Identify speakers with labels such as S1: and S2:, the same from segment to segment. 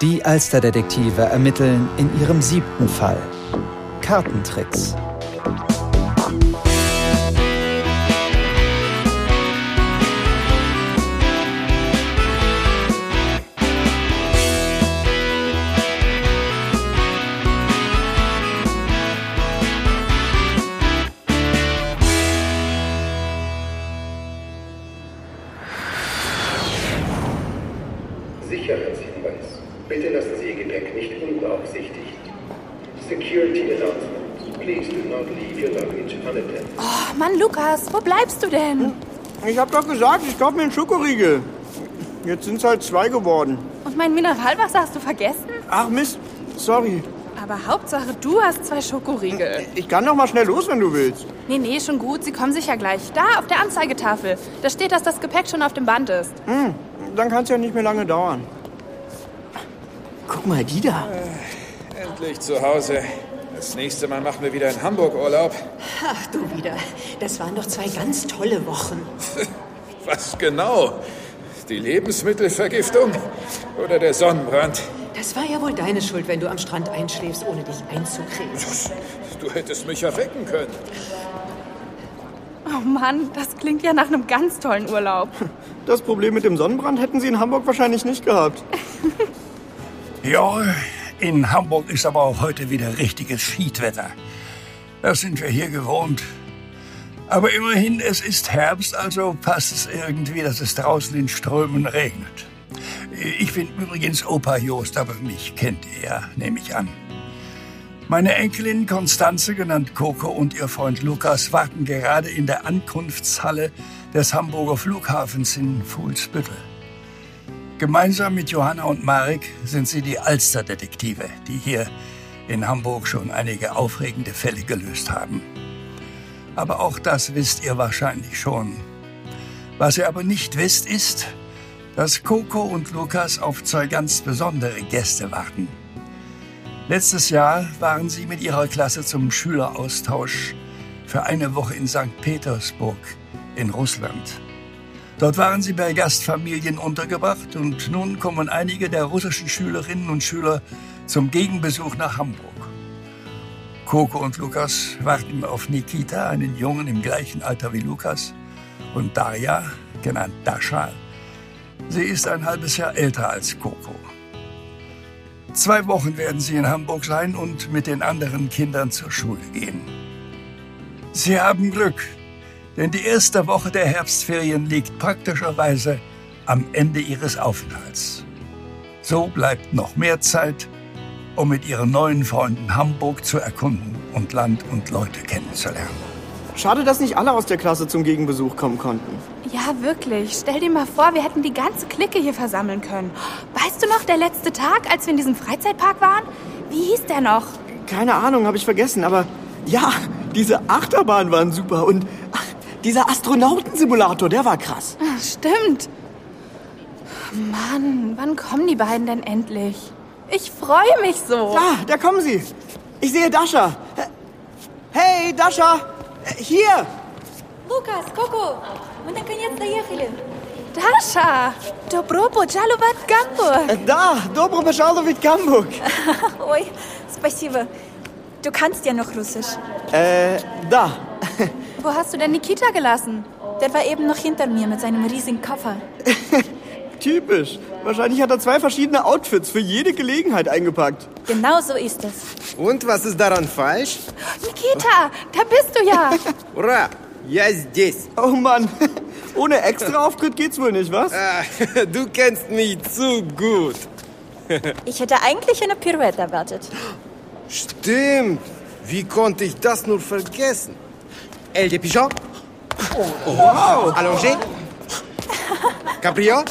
S1: Die Alsterdetektive ermitteln in ihrem siebten Fall Kartentricks.
S2: Sicherheitshinweis. Bitte lassen Sie Ihr Gepäck nicht unbeaufsichtigt. Security Announcement. Please do not leave your luggage unattended.
S3: Oh Mann, Lukas, wo bleibst du denn?
S4: Hm? Ich hab doch gesagt, ich kauf mir einen Schokoriegel. Jetzt sind's halt zwei geworden.
S3: Und mein Mineralwasser hast du vergessen?
S4: Ach Mist, sorry.
S3: Aber Hauptsache, du hast zwei Schokoriegel.
S4: Ich kann doch mal schnell los, wenn du willst.
S3: Nee, nee, schon gut, sie kommen sicher gleich. Da, auf der Anzeigetafel. Da steht, dass das Gepäck schon auf dem Band ist.
S4: Hm, dann kann's ja nicht mehr lange dauern. Guck mal, die da.
S5: Endlich zu Hause. Das nächste Mal machen wir wieder in Hamburg Urlaub.
S6: Ach du wieder. Das waren doch zwei ganz tolle Wochen.
S5: Was genau? Die Lebensmittelvergiftung oder der Sonnenbrand?
S6: Das war ja wohl deine Schuld, wenn du am Strand einschläfst, ohne dich einzukriegen.
S5: Du hättest mich ja wecken können.
S3: Oh Mann, das klingt ja nach einem ganz tollen Urlaub.
S4: Das Problem mit dem Sonnenbrand hätten sie in Hamburg wahrscheinlich nicht gehabt.
S7: Ja, in Hamburg ist aber auch heute wieder richtiges Schiedwetter. Das sind wir hier gewohnt. Aber immerhin, es ist Herbst, also passt es irgendwie, dass es draußen in Strömen regnet. Ich bin übrigens Opa Joost, aber mich kennt ihr ja, nehme ich an. Meine Enkelin Konstanze, genannt Coco, und ihr Freund Lukas warten gerade in der Ankunftshalle des Hamburger Flughafens in Fuhlsbüttel. Gemeinsam mit Johanna und Marek sind sie die Alsterdetektive, die hier in Hamburg schon einige aufregende Fälle gelöst haben. Aber auch das wisst ihr wahrscheinlich schon. Was ihr aber nicht wisst, ist, dass Coco und Lukas auf zwei ganz besondere Gäste warten. Letztes Jahr waren sie mit ihrer Klasse zum Schüleraustausch für eine Woche in St. Petersburg in Russland. Dort waren sie bei Gastfamilien untergebracht und nun kommen einige der russischen Schülerinnen und Schüler zum Gegenbesuch nach Hamburg. Coco und Lukas warten auf Nikita, einen Jungen im gleichen Alter wie Lukas, und Darja, genannt Dasha. Sie ist ein halbes Jahr älter als Coco. Zwei Wochen werden sie in Hamburg sein und mit den anderen Kindern zur Schule gehen. Sie haben Glück, denn die erste Woche der Herbstferien liegt praktischerweise am Ende ihres Aufenthalts. So bleibt noch mehr Zeit, um mit ihren neuen Freunden Hamburg zu erkunden und Land und Leute kennenzulernen.
S4: Schade, dass nicht alle aus der Klasse zum Gegenbesuch kommen konnten.
S3: Ja, wirklich. Stell dir mal vor, wir hätten die ganze Clique hier versammeln können. Weißt du noch, der letzte Tag, als wir in diesem Freizeitpark waren? Wie hieß der noch?
S4: Keine Ahnung, habe ich vergessen, aber ja, diese Achterbahn waren super und dieser Astronautensimulator, der war krass.
S3: Ach, stimmt. Mann, wann kommen die beiden denn endlich? Ich freue mich so.
S4: Da, da kommen sie. Ich sehe Dasha. Hey, Dasha. Hier.
S8: Lukas, Coco, мы наконец доехали.
S3: Dasha, добро пожаловать в Гамбург.
S4: Äh, Da, dobro пожаловать в Hamburg.
S8: Ой, спасибо. Du kannst ja noch Russisch.
S4: Äh, da.
S3: Wo hast du denn Nikita gelassen?
S8: Der war eben noch hinter mir mit seinem riesigen Koffer.
S4: Typisch. Wahrscheinlich hat er zwei verschiedene Outfits für jede Gelegenheit eingepackt.
S8: Genau so ist es.
S9: Und was ist daran falsch?
S3: Nikita, da bist du ja.
S9: Hurra, я здесь.
S4: Oh Mann. Ohne extra Auftritt geht's wohl nicht, was?
S9: Ah, Du kennst mich zu gut.
S8: Ich hätte eigentlich eine Pirouette erwartet.
S9: Stimmt. Wie konnte ich das nur vergessen? Oh. El de Pigeon. Wow. Allongé. Cabriot.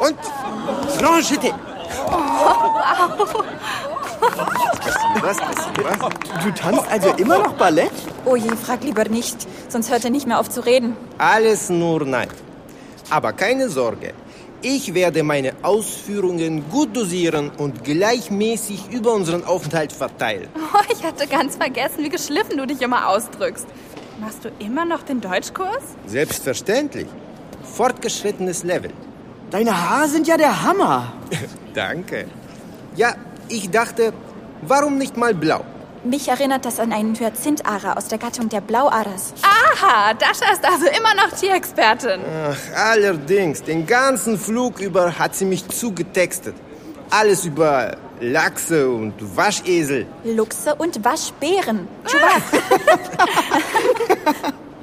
S9: Und Longité. Was passiert? Was?
S4: Du tanzt also immer noch Ballett?
S8: Oh je, frag lieber nicht, sonst hört er nicht mehr auf zu reden.
S9: Alles nur nein. Aber keine Sorge. Ich werde meine Ausführungen gut dosieren und gleichmäßig über unseren Aufenthalt verteilen.
S3: Oh, ich hatte ganz vergessen, wie geschliffen du dich immer ausdrückst. Machst du immer noch den Deutschkurs?
S9: Selbstverständlich. Fortgeschrittenes Level.
S4: Deine Haare sind ja der Hammer.
S9: Danke. Ja, ich dachte, warum nicht mal blau?
S8: Mich erinnert das an einen Hyazinth-Ara aus der Gattung der Blauaras.
S3: Aha, Dasha ist Ah, also immer noch Tierexpertin.
S9: Ach, allerdings, den ganzen Flug über hat sie mich zugetextet. Alles über Lachse und Waschesel.
S8: Luchse und Waschbären.
S3: Ah.
S8: Chubas.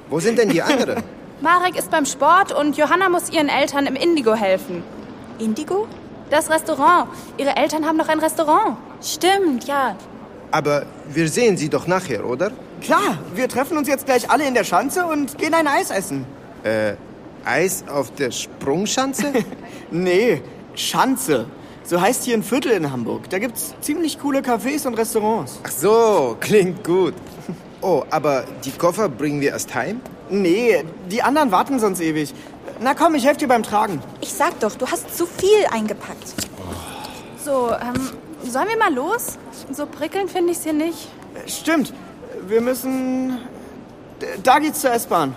S9: Wo sind denn die anderen?
S3: Marek ist beim Sport und Johanna muss ihren Eltern im Indigo helfen.
S8: Indigo?
S3: Das Restaurant. Ihre Eltern haben noch ein Restaurant.
S8: Stimmt, ja.
S9: Aber wir sehen sie doch nachher, oder?
S4: Klar, wir treffen uns jetzt gleich alle in der Schanze und gehen ein Eis essen.
S9: Äh, Eis auf der Sprungschanze?
S4: Nee, Schanze. So heißt hier ein Viertel in Hamburg. Da gibt's ziemlich coole Cafés und Restaurants.
S9: Ach so, klingt gut. Oh, aber die Koffer bringen wir erst heim?
S4: Nee, die anderen warten sonst ewig. Na komm, ich helfe dir beim Tragen.
S8: Ich sag doch, du hast zu viel eingepackt.
S3: So, ähm, sollen wir mal los? So prickelnd finde ich es hier nicht.
S4: Stimmt, wir müssen... D- Da geht's zur S-Bahn.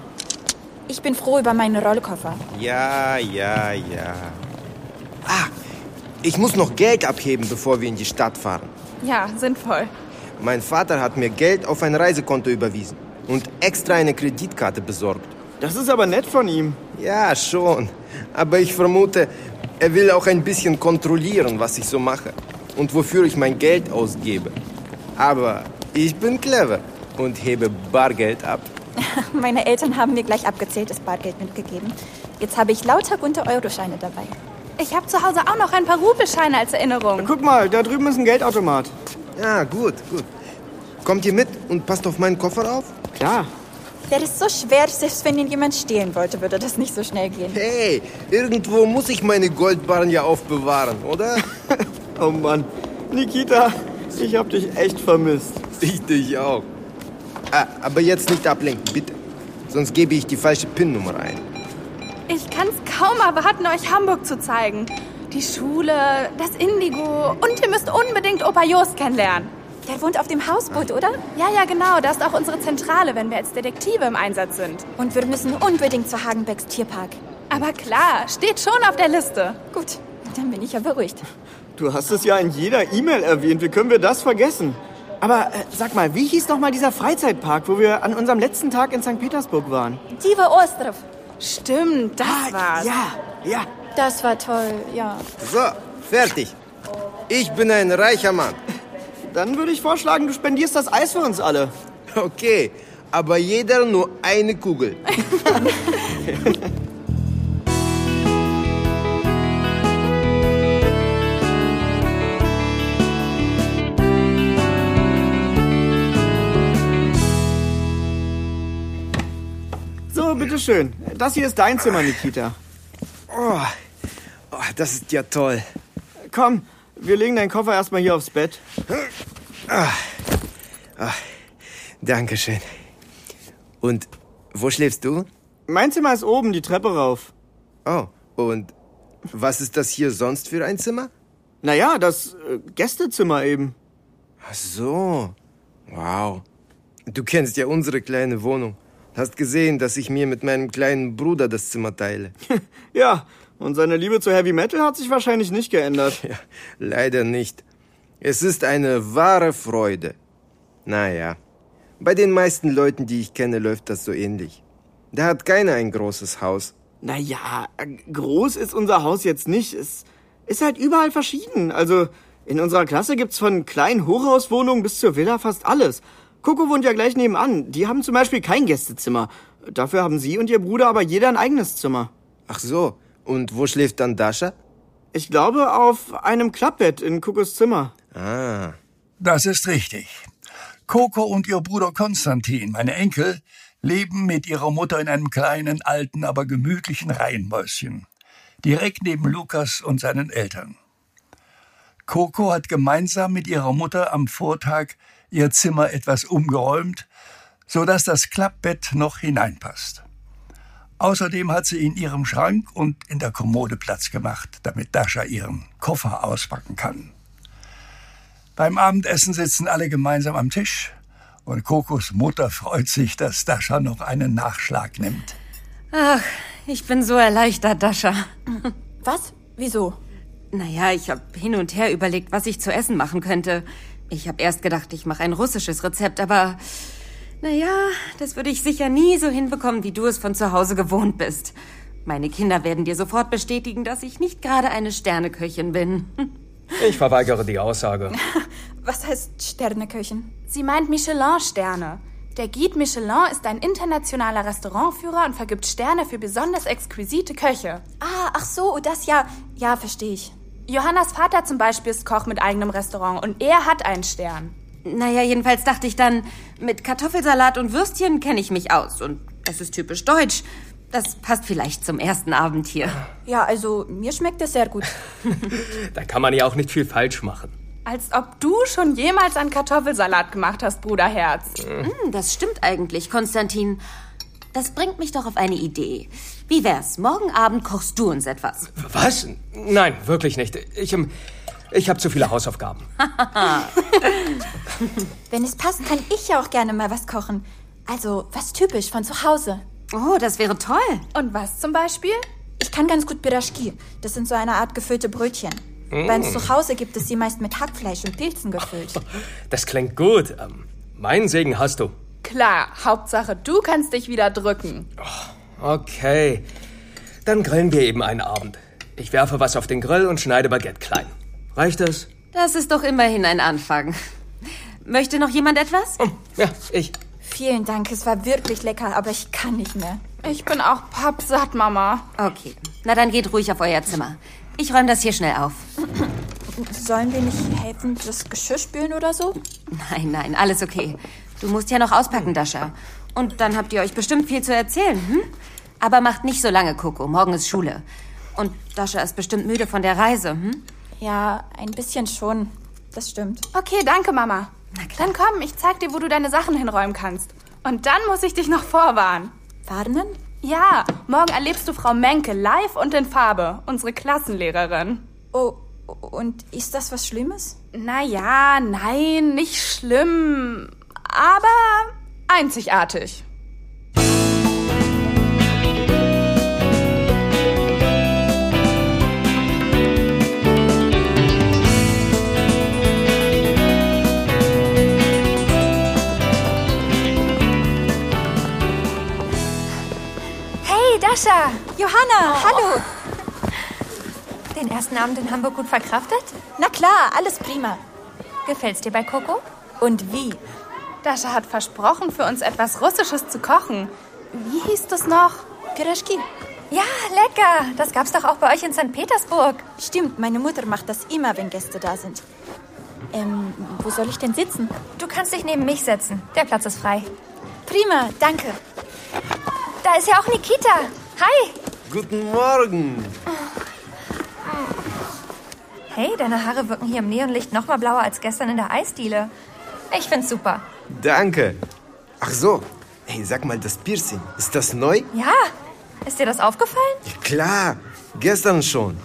S8: Ich bin froh über meinen Rollkoffer.
S9: Ja, ja, ja. Ah, ich muss noch Geld abheben, bevor wir in die Stadt fahren.
S3: Ja, sinnvoll.
S9: Mein Vater hat mir Geld auf ein Reisekonto überwiesen und extra eine Kreditkarte besorgt.
S4: Das ist aber nett von ihm.
S9: Ja, schon. Aber ich vermute, er will auch ein bisschen kontrollieren, was ich so mache und wofür ich mein Geld ausgebe. Aber ich bin clever und hebe Bargeld ab.
S8: Meine Eltern haben mir gleich abgezähltes Bargeld mitgegeben. Jetzt habe ich lauter bunte Euroscheine dabei.
S3: Ich habe zu Hause Also auch noch ein paar Rubelscheine als Erinnerung.
S4: Guck mal, da drüben ist ein Geldautomat.
S9: Ja, gut, gut. Kommt ihr mit und passt auf meinen Koffer auf?
S4: Klar.
S8: Der ist so schwer, selbst wenn ihn jemand stehlen wollte, würde das nicht so schnell gehen.
S9: Hey, irgendwo muss ich meine Goldbarren ja aufbewahren, oder?
S4: Oh Mann. Nikita, ich hab dich echt vermisst.
S9: ich dich auch. Ah, aber jetzt nicht ablenken, bitte. Sonst gebe ich die falsche PIN-Nummer ein.
S3: Ich kann es kaum erwarten, euch Hamburg zu zeigen. Die Schule, das Indigo und ihr müsst unbedingt Opa Jost kennenlernen.
S8: Der wohnt auf dem Hausboot, oder?
S3: Ja, ja, genau. Da ist auch unsere Zentrale, wenn wir als Detektive im Einsatz sind.
S8: Und wir müssen unbedingt zu Hagenbecks Tierpark.
S3: Aber klar, steht schon auf der Liste.
S8: Gut, dann bin ich ja beruhigt.
S4: Du hast es ja in jeder E-Mail erwähnt. Wie können wir das vergessen? Aber äh, sag mal, wie hieß noch mal dieser Freizeitpark, wo wir an unserem letzten Tag in St. Petersburg waren?
S8: Diva Ostrov.
S3: Stimmt, das war's.
S4: Ja, ja.
S8: Das war toll, ja.
S9: So, fertig. Ich bin ein reicher Mann.
S4: Dann würde ich vorschlagen, du spendierst das Eis für uns alle.
S9: Okay, aber jeder nur eine Kugel.
S4: So, bitteschön. Das hier ist dein Zimmer, Nikita.
S9: Oh, oh, das ist ja toll.
S4: Komm, wir legen deinen Koffer erstmal hier aufs Bett.
S9: Ah, Dankeschön. Und wo schläfst du?
S4: Mein Zimmer ist oben, die Treppe rauf.
S9: Oh, und was ist das hier sonst für ein Zimmer?
S4: Naja, das äh, Gästezimmer eben.
S9: Ach so. Wow. Du kennst ja unsere kleine Wohnung. Hast gesehen, dass ich mir mit meinem kleinen Bruder das Zimmer teile.
S4: Ja, und seine Liebe zu Heavy Metal hat sich wahrscheinlich nicht geändert.
S9: Ja, leider nicht. Es ist eine wahre Freude. Naja, bei den meisten Leuten, die ich kenne, läuft das so ähnlich. Da hat keiner ein großes Haus.
S4: Naja, äh, groß ist unser Haus jetzt nicht. Es ist halt überall verschieden. Also in unserer Klasse gibt's von kleinen Hochhauswohnungen bis zur Villa fast alles. Coco wohnt ja gleich nebenan. Die haben zum Beispiel kein Gästezimmer. Dafür haben sie und ihr Bruder aber jeder ein eigenes Zimmer.
S9: Ach so, und wo schläft dann Dasha?
S4: Ich glaube auf einem Klappbett in Kokos Zimmer.
S9: Ah,
S7: Das ist richtig. Coco und ihr Bruder Konstantin, meine Enkel, leben mit ihrer Mutter in einem kleinen, alten, aber gemütlichen Reihenmäuschen. Direkt neben Lukas und seinen Eltern. Coco hat gemeinsam mit ihrer Mutter am Vortag ihr Zimmer etwas umgeräumt, so dass das Klappbett noch hineinpasst. Außerdem hat sie in ihrem Schrank und in der Kommode Platz gemacht, damit Dasha ihren Koffer auspacken kann. Beim Abendessen sitzen alle gemeinsam am Tisch und Kokos Mutter freut sich, dass Dasha noch einen Nachschlag nimmt.
S10: Ich bin so erleichtert, Dasha.
S8: Was? Wieso?
S10: Naja, ich habe hin und her überlegt, was ich zu essen machen könnte. Ich habe erst gedacht, ich mache ein russisches Rezept, aber naja, das würde ich sicher nie so hinbekommen, wie du es von zu Hause gewohnt bist. Meine Kinder werden dir sofort bestätigen, dass ich nicht gerade eine Sterneköchin bin.
S11: Ich verweigere die Aussage.
S8: Was heißt Sterneköchin?
S3: Sie meint Michelin-Sterne. Der Guide Michelin ist ein internationaler Restaurantführer und vergibt Sterne für besonders exquisite Köche.
S8: Ah, ach so, das ja. Ja, verstehe ich.
S3: Johannas Vater zum Beispiel ist Koch mit eigenem Restaurant und er hat einen Stern.
S10: Naja, jedenfalls dachte ich dann, mit Kartoffelsalat und Würstchen kenne ich mich aus. Und das ist typisch deutsch. Das passt vielleicht zum ersten Abend hier.
S8: Ja, also mir schmeckt es sehr gut.
S11: Da kann man ja auch nicht viel falsch machen.
S3: Als ob du schon jemals einen Kartoffelsalat gemacht hast, Bruderherz.
S10: Hm, das stimmt eigentlich, Konstantin. Das bringt mich doch auf eine Idee. Wie wär's? Morgen Abend kochst du uns etwas.
S11: Was? Nein, wirklich nicht. Ich, ähm, ich habe zu viele Hausaufgaben.
S8: Wenn es passt, kann ich ja auch gerne mal was kochen. Also, was typisch von zu Hause.
S10: Oh, das wäre toll.
S3: Und was zum Beispiel?
S8: Ich kann ganz gut Piraschki. Das sind so eine Art gefüllte Brötchen.
S10: Mm.
S8: Beim Zuhause gibt es sie meist mit Hackfleisch und Pilzen gefüllt.
S11: Das klingt gut. Ähm, Mein Segen hast du.
S3: Klar, Hauptsache, du kannst dich wieder drücken.
S11: Okay. Dann grillen wir eben einen Abend. Ich werfe was auf den Grill und schneide Baguette klein. Reicht das?
S10: Das ist doch immerhin ein Anfang. Möchte noch jemand etwas?
S11: Ja, ich.
S8: Vielen Dank, es war wirklich lecker, aber ich kann nicht mehr.
S3: Ich bin auch pappsatt, Mama.
S10: Okay. Na dann geht ruhig auf euer Zimmer. Ich räume das hier schnell auf.
S8: Sollen wir nicht helfen, das Geschirr spülen oder so?
S10: Nein, nein, alles okay. Du musst ja noch auspacken, Dascha. Und dann habt ihr euch bestimmt viel zu erzählen, hm? Aber macht nicht so lange, Coco. Morgen ist Schule. Und Dascha ist bestimmt müde von der Reise, hm?
S8: Ja, ein bisschen schon. Das stimmt.
S3: Okay, danke, Mama. Dann komm, ich zeig dir, wo du deine Sachen hinräumen kannst. Und dann muss ich dich noch vorwarnen.
S8: Warnen?
S3: Ja, morgen erlebst du Frau Menke live und in Farbe, unsere Klassenlehrerin.
S8: Oh, und ist das was Schlimmes?
S3: Naja, nein, nicht schlimm, aber einzigartig.
S8: Hey, Dascha! Johanna,
S6: Oh.
S8: hallo!
S12: Den ersten Abend in Hamburg gut verkraftet?
S8: Na klar, alles prima.
S12: Gefällt's dir bei Coco?
S8: Und wie?
S3: Dasha hat versprochen, für uns etwas Russisches zu kochen. Wie hieß das noch?
S8: Piraschki.
S12: Ja, lecker. Das gab's doch auch bei euch in St. Petersburg.
S8: Stimmt, meine Mutter macht das immer, wenn Gäste da sind. Ähm, wo soll ich denn sitzen?
S12: Du kannst dich neben mich setzen. Der Platz ist frei.
S8: Prima, danke.
S12: Da ist ja auch Nikita. Hi.
S9: Guten Morgen.
S12: Hey, deine Haare wirken hier im Neonlicht noch mal blauer als gestern in der Eisdiele. Ich find's super.
S9: Danke. Ach so. Hey, sag mal, das Piercing, ist das neu?
S12: Ja. Ist dir das aufgefallen?
S9: Klar, gestern schon.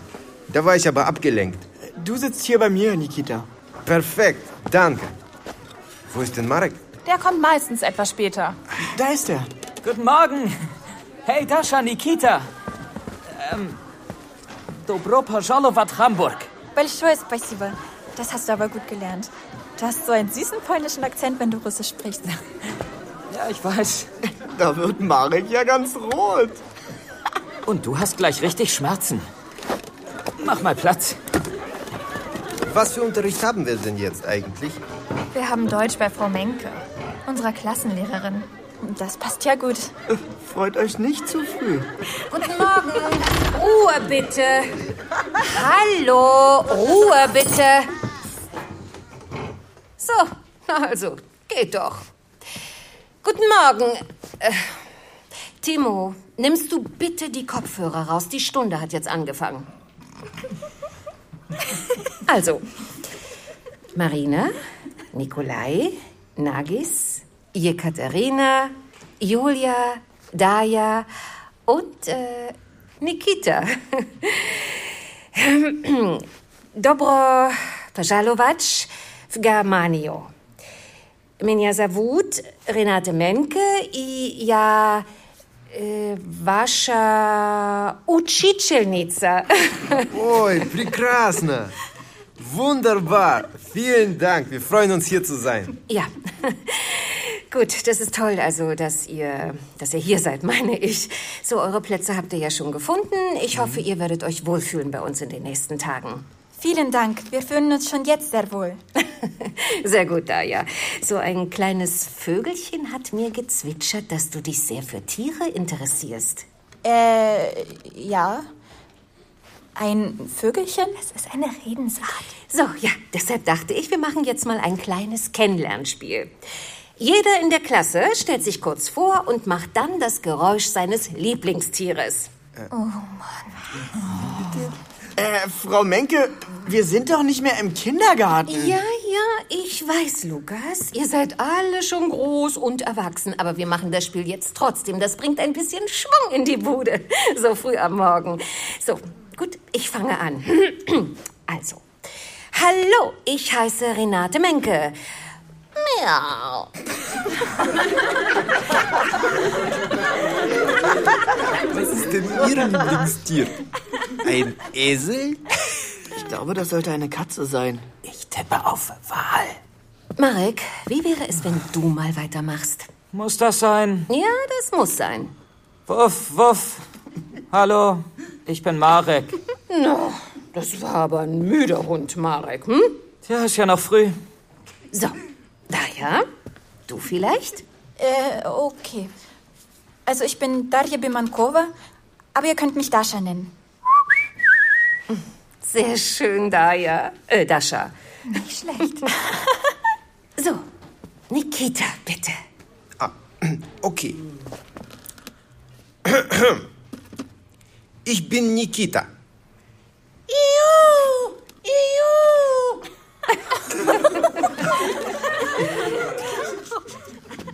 S9: Da war ich aber abgelenkt.
S4: Du sitzt hier bei mir, Nikita.
S9: Perfekt, danke. Wo ist denn Marek?
S3: Der kommt meistens etwas später.
S4: Da ist er.
S13: Guten Morgen. Hey, Dasha, Nikita. Ähm, dobro pozdrować Hamburg.
S8: Большое спасибо. Das hast du aber gut gelernt. Du hast so einen süßen polnischen Akzent, wenn du Russisch sprichst.
S13: Ja, ich weiß.
S4: Da wird Marek ja ganz rot.
S13: Und du hast gleich richtig Schmerzen. Mach mal Platz.
S9: Was für Unterricht haben wir denn jetzt eigentlich?
S12: Wir haben Deutsch bei Frau Menke, unserer Klassenlehrerin.
S8: Das passt ja gut.
S4: Freut euch nicht zu früh.
S14: Guten Morgen. Ruhe bitte. Hallo, Ruhe bitte. So, na also, geht doch. Guten Morgen. Äh, Timo, nimmst du bitte die Kopfhörer raus? Die Stunde hat jetzt angefangen. Also, Marina, Nikolai, Nagis, Jekaterina, Julia, Daya und äh, Nikita. Dobro Pajalovac, Vgamanio. Меня зовут Renate Menke, и я Äh, Wascha Uchichelnica.
S9: Oi, прекрасно. Wunderbar. Vielen Dank. Wir freuen uns, hier zu sein.
S14: ja. Gut, das ist toll, also, dass ihr, dass ihr hier seid, meine ich. So, eure Plätze habt ihr ja schon gefunden. Ich hoffe, ihr werdet euch wohlfühlen bei uns in den nächsten Tagen.
S8: Vielen Dank. Wir fühlen uns schon jetzt sehr wohl.
S14: Sehr gut, Daya. So ein kleines Vögelchen hat mir gezwitschert, dass du dich sehr für Tiere interessierst.
S8: Äh, ja. Ein Vögelchen?
S14: Das ist eine Redensart. So, ja, deshalb dachte ich, wir machen jetzt mal ein kleines Kennenlernspiel. Jeder in der Klasse stellt sich kurz vor und macht dann das Geräusch seines Lieblingstieres.
S12: Oh Mann.
S4: Äh, Frau Menke, wir sind doch nicht mehr im Kindergarten.
S14: Ja, ja, ich weiß, Lukas. Ihr seid alle schon groß und erwachsen, aber wir machen das Spiel jetzt trotzdem. Das bringt ein bisschen Schwung in die Bude, so früh am Morgen. So, gut, ich fange an. Also, hallo, ich heiße Renate Menke. Miau.
S9: Was ist denn Ihr Lieblingstier?
S4: Ein Esel? Ich glaube, das sollte eine Katze sein. Ich tippe auf Wal.
S14: Marek, wie wäre es, wenn du mal weitermachst?
S13: Muss das sein?
S14: Ja, das muss sein.
S13: Wuff, wuff. Hallo, ich bin Marek.
S14: No, das war aber ein müder Hund, Marek, hm?
S13: Tja, ist ja noch früh.
S14: So, Daja, du vielleicht?
S8: Äh, okay. Also ich bin Darja Bimankova, aber ihr könnt mich Dasha nennen.
S14: Sehr schön, Daja. Äh, Dasha.
S12: Nicht schlecht.
S14: So, Nikita, bitte.
S9: Okay. Ich bin Nikita.
S14: Iu, iu.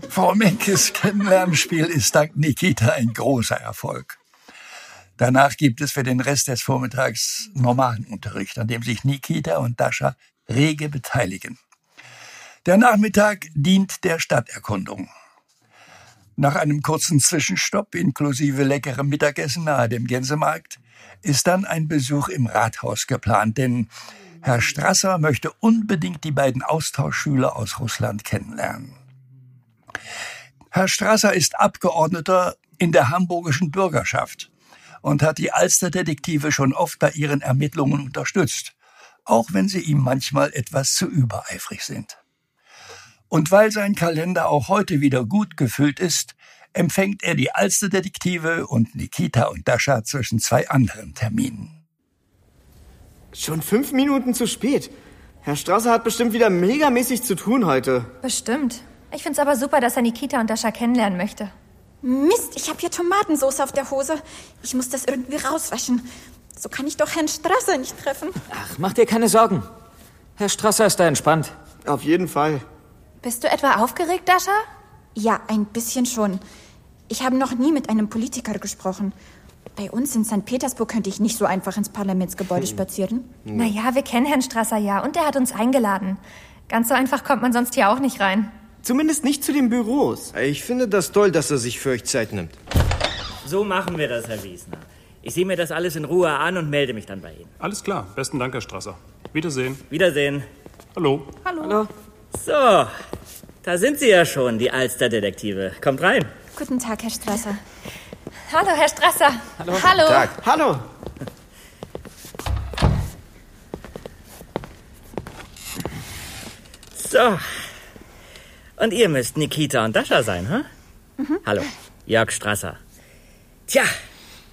S7: Frau Menkes Kennenlernspiel ist dank Nikita ein großer Erfolg. Danach gibt es für den Rest des Vormittags normalen Unterricht, an dem sich Nikita und Dasha rege beteiligen. Der Nachmittag dient der Stadterkundung. Nach einem kurzen Zwischenstopp inklusive leckerem Mittagessen nahe dem Gänsemarkt ist dann ein Besuch im Rathaus geplant, denn Herr Strasser möchte unbedingt die beiden Austauschschüler aus Russland kennenlernen. Herr Strasser ist Abgeordneter in der hamburgischen Bürgerschaft und hat die Alsterdetektive schon oft bei ihren Ermittlungen unterstützt, auch wenn sie ihm manchmal etwas zu übereifrig sind. Und weil sein Kalender auch heute wieder gut gefüllt ist, empfängt er die Alsterdetektive und Nikita und Dascha zwischen zwei anderen Terminen.
S4: Schon fünf Minuten zu spät. Herr Strasser hat bestimmt wieder megamäßig zu tun heute.
S12: Bestimmt. Ich find's aber super, dass er Nikita und Dasha kennenlernen möchte.
S8: Mist, ich habe hier Tomatensauce auf der Hose. Ich muss das irgendwie rauswaschen. So kann ich doch Herrn Strasser nicht treffen.
S13: Ach, mach dir keine Sorgen. Herr Strasser ist da entspannt.
S4: Auf jeden Fall.
S3: Bist du etwa aufgeregt, Dasha?
S8: Ja, ein bisschen schon. Ich habe noch nie mit einem Politiker gesprochen. Bei uns in St. Petersburg könnte ich nicht so einfach ins Parlamentsgebäude spazieren.
S12: Naja, wir kennen Herrn Strasser ja und er hat uns eingeladen. Ganz so einfach kommt man sonst hier auch nicht rein.
S4: Zumindest nicht zu den Büros.
S9: Ich finde das toll, dass er sich für euch Zeit nimmt.
S15: So machen wir das, Herr Wiesner. Ich sehe mir das alles in Ruhe an und melde mich dann bei Ihnen.
S16: Alles klar. Besten Dank, Herr Strasser. Wiedersehen.
S15: Wiedersehen.
S16: Hallo.
S3: Hallo.
S15: So, da sind Sie ja schon, die Alsterdetektive. Kommt rein.
S8: Guten Tag, Herr Strasser.
S12: Hallo, Herr Strasser.
S15: Hallo.
S12: Hallo.
S4: Hallo.
S15: So. Und ihr müsst Nikita und Dasha sein, hä? Hallo, Jörg Strasser. Tja,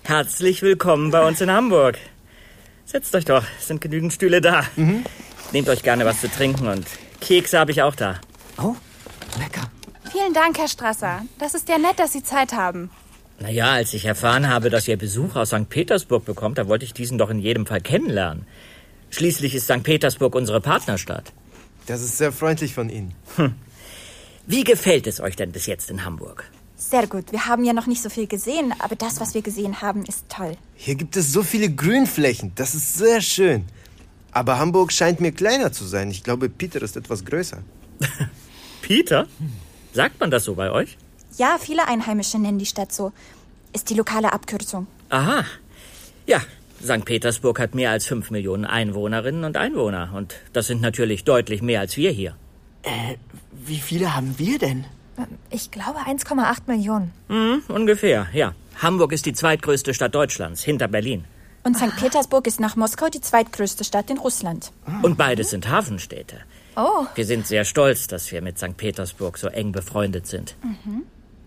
S15: herzlich willkommen bei uns in Hamburg. Setzt euch doch, es sind genügend Stühle da. Nehmt euch gerne was zu trinken und Kekse habe ich auch da.
S3: Vielen Dank, Herr Strasser. Das ist ja nett, dass Sie Zeit haben.
S15: Naja, als ich erfahren habe, dass ihr Besuch aus St. Petersburg bekommt, da wollte ich diesen doch in jedem Fall kennenlernen. Schließlich ist St. Petersburg unsere Partnerstadt. Hm.
S9: Das ist sehr freundlich von Ihnen.
S15: Wie gefällt es euch denn bis jetzt in Hamburg?
S8: Sehr gut, wir haben ja noch nicht so viel gesehen, aber das, was wir gesehen haben, ist toll.
S9: Hier gibt es so viele Grünflächen. Das ist sehr schön. Aber Hamburg scheint mir kleiner zu sein. Ich glaube, Peter ist etwas größer.
S15: Peter? Sagt man das so bei euch?
S8: Ja, viele Einheimische nennen die Stadt so. ist die lokale Abkürzung.
S15: Aha. Ja, St. Petersburg hat mehr als 5 Millionen Einwohnerinnen und Einwohner. Und das sind natürlich deutlich mehr als wir hier.
S4: Äh, wie viele haben wir denn?
S12: Ähm, Ich glaube 1,8 Millionen.
S15: Hm, ungefähr, ja. Hamburg ist die zweitgrößte Stadt Deutschlands, hinter Berlin.
S8: Und St. Petersburg ist nach Moskau die zweitgrößte Stadt in Russland.
S15: Und beides sind Hafenstädte.
S8: Oh.
S15: Wir sind sehr stolz, dass wir mit St. Petersburg so eng befreundet sind.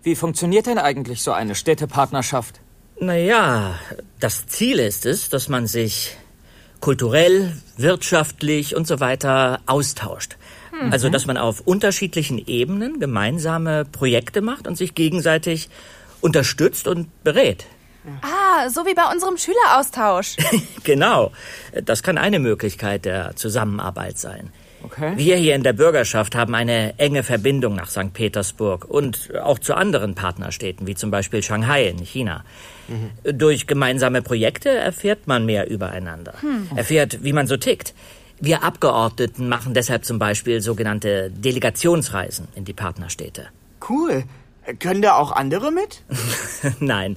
S13: Wie funktioniert denn eigentlich so eine Städtepartnerschaft?
S15: Naja, das Ziel ist es, dass man sich kulturell, wirtschaftlich und so weiter austauscht.
S13: Mhm.
S15: Also, dass man auf unterschiedlichen Ebenen gemeinsame Projekte macht und sich gegenseitig unterstützt und berät.
S3: Ah, so wie bei unserem Schüleraustausch.
S15: Genau, das kann eine Möglichkeit der Zusammenarbeit sein. Wir hier in der Bürgerschaft haben eine enge Verbindung nach St. Petersburg und auch zu anderen Partnerstädten, wie zum Beispiel Shanghai in China. Durch gemeinsame Projekte erfährt man mehr übereinander,
S13: Hm.
S15: erfährt, wie man so tickt. Wir Abgeordneten machen deshalb zum Beispiel sogenannte Delegationsreisen in die Partnerstädte.
S4: Cool. Äh, Können da auch andere mit?
S15: Nein,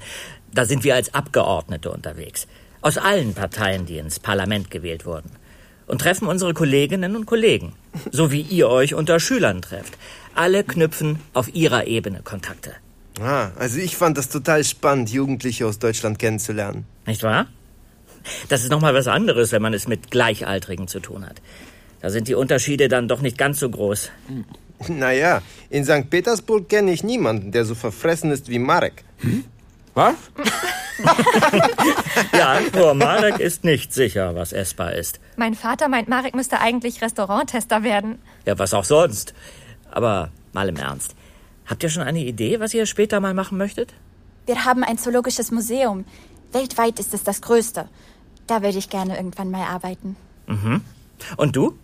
S15: da sind wir als Abgeordnete unterwegs. Aus allen Parteien, die ins Parlament gewählt wurden. Und treffen unsere Kolleginnen und Kollegen. So wie ihr euch unter Schülern trefft. Alle knüpfen auf ihrer Ebene Kontakte.
S9: Ah, also ich fand das total spannend, Jugendliche aus Deutschland kennenzulernen.
S15: Nicht wahr? Das ist nochmal was anderes, wenn man es mit Gleichaltrigen zu tun hat. Da sind die Unterschiede dann doch nicht ganz so groß.
S9: Naja, in St. Petersburg kenne ich niemanden, der so verfressen ist wie Marek. Was?
S15: Ja, nur Marek ist nicht sicher, was essbar ist.
S12: Mein Vater meint, Marek müsste eigentlich Restauranttester werden.
S15: Ja, was auch sonst. Aber mal im Ernst. Habt ihr schon eine Idee, was ihr später mal machen möchtet?
S8: Wir haben ein zoologisches Museum. Weltweit ist es das größte. Da würde ich gerne irgendwann mal arbeiten.
S9: Mhm.
S15: Und du?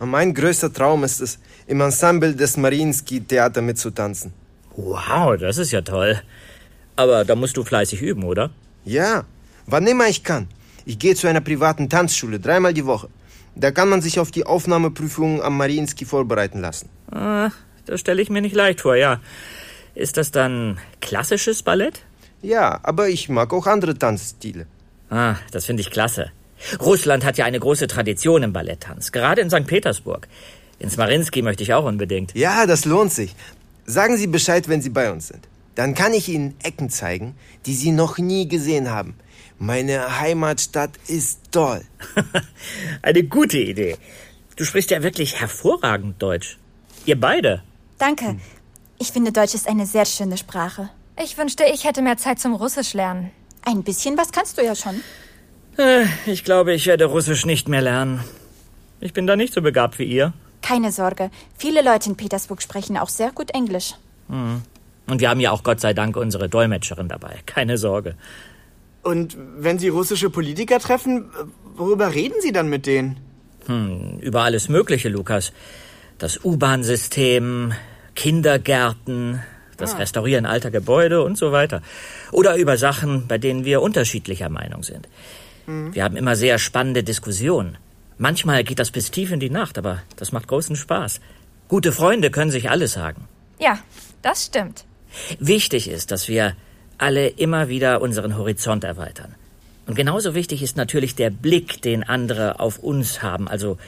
S9: Mein größter Traum ist es, im Ensemble des Mariinsky-Theater mitzutanzen.
S15: Wow, das ist ja toll. Aber da musst du fleißig üben, oder?
S9: Ja, wann immer ich kann. Ich gehe zu einer privaten Tanzschule dreimal die Woche. Da kann man sich auf die Aufnahmeprüfungen am Mariinsky vorbereiten lassen.
S15: Ah, das stelle ich mir nicht leicht vor, ja. Ist das dann klassisches Ballett?
S9: Ja, aber ich mag auch andere Tanzstile.
S15: Ah, das finde ich klasse. Russland hat ja eine große Tradition im Balletttanz, gerade in St. Petersburg. Ins Marinsky möchte ich auch unbedingt.
S9: Ja, das lohnt sich. Sagen Sie Bescheid, wenn Sie bei uns sind. Dann kann ich Ihnen Ecken zeigen, die Sie noch nie gesehen haben. Meine Heimatstadt ist toll.
S15: Eine gute Idee. Du sprichst ja wirklich hervorragend Deutsch. Ihr beide.
S8: Danke. Ich finde, Deutsch ist eine sehr schöne Sprache.
S12: Ich wünschte, ich hätte mehr Zeit zum Russisch lernen.
S8: Ein bisschen was kannst du ja schon.
S15: Äh, Ich glaube, ich werde Russisch nicht mehr lernen. Ich bin da nicht so begabt wie ihr.
S8: Keine Sorge, viele Leute in Petersburg sprechen auch sehr gut Englisch.
S15: Hm. Und wir haben ja auch Gott sei Dank unsere Dolmetscherin dabei. Keine Sorge.
S4: Und wenn Sie russische Politiker treffen, äh, worüber reden Sie dann mit denen?
S15: Hm, über alles Mögliche, Lukas. Das U-Bahn-System, Kindergärten, das
S4: Ah.
S15: Restaurieren alter Gebäude und so weiter. Oder über Sachen, bei denen wir unterschiedlicher Meinung sind. Wir haben immer sehr spannende Diskussionen. Manchmal geht das bis tief in die Nacht, aber das macht großen Spaß. Gute Freunde können sich alles sagen.
S12: Ja, das stimmt.
S15: Wichtig ist, dass wir alle immer wieder unseren Horizont erweitern. Und genauso wichtig ist natürlich der Blick, den andere auf uns haben, also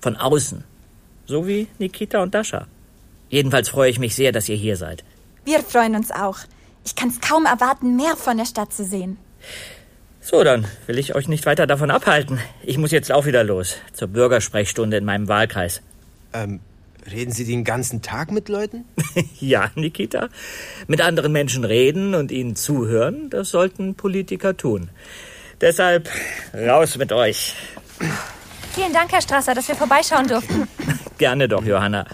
S15: von außen. So wie Nikita und Dascha. Jedenfalls freue ich mich sehr, dass ihr hier seid.
S8: Wir freuen uns auch. Ich kann es kaum erwarten, mehr von der Stadt zu sehen.
S15: So, dann will ich euch nicht weiter davon abhalten. Ich muss jetzt auch wieder los zur Bürgersprechstunde in meinem Wahlkreis.
S9: Ähm, reden Sie den ganzen Tag mit Leuten?
S15: ja, Nikita. Mit anderen Menschen reden und ihnen zuhören, das sollten Politiker tun. Deshalb raus mit euch.
S12: Vielen Dank, Herr Strasser, dass wir vorbeischauen durften.
S15: Gerne
S4: Mhm.
S15: doch, Johanna.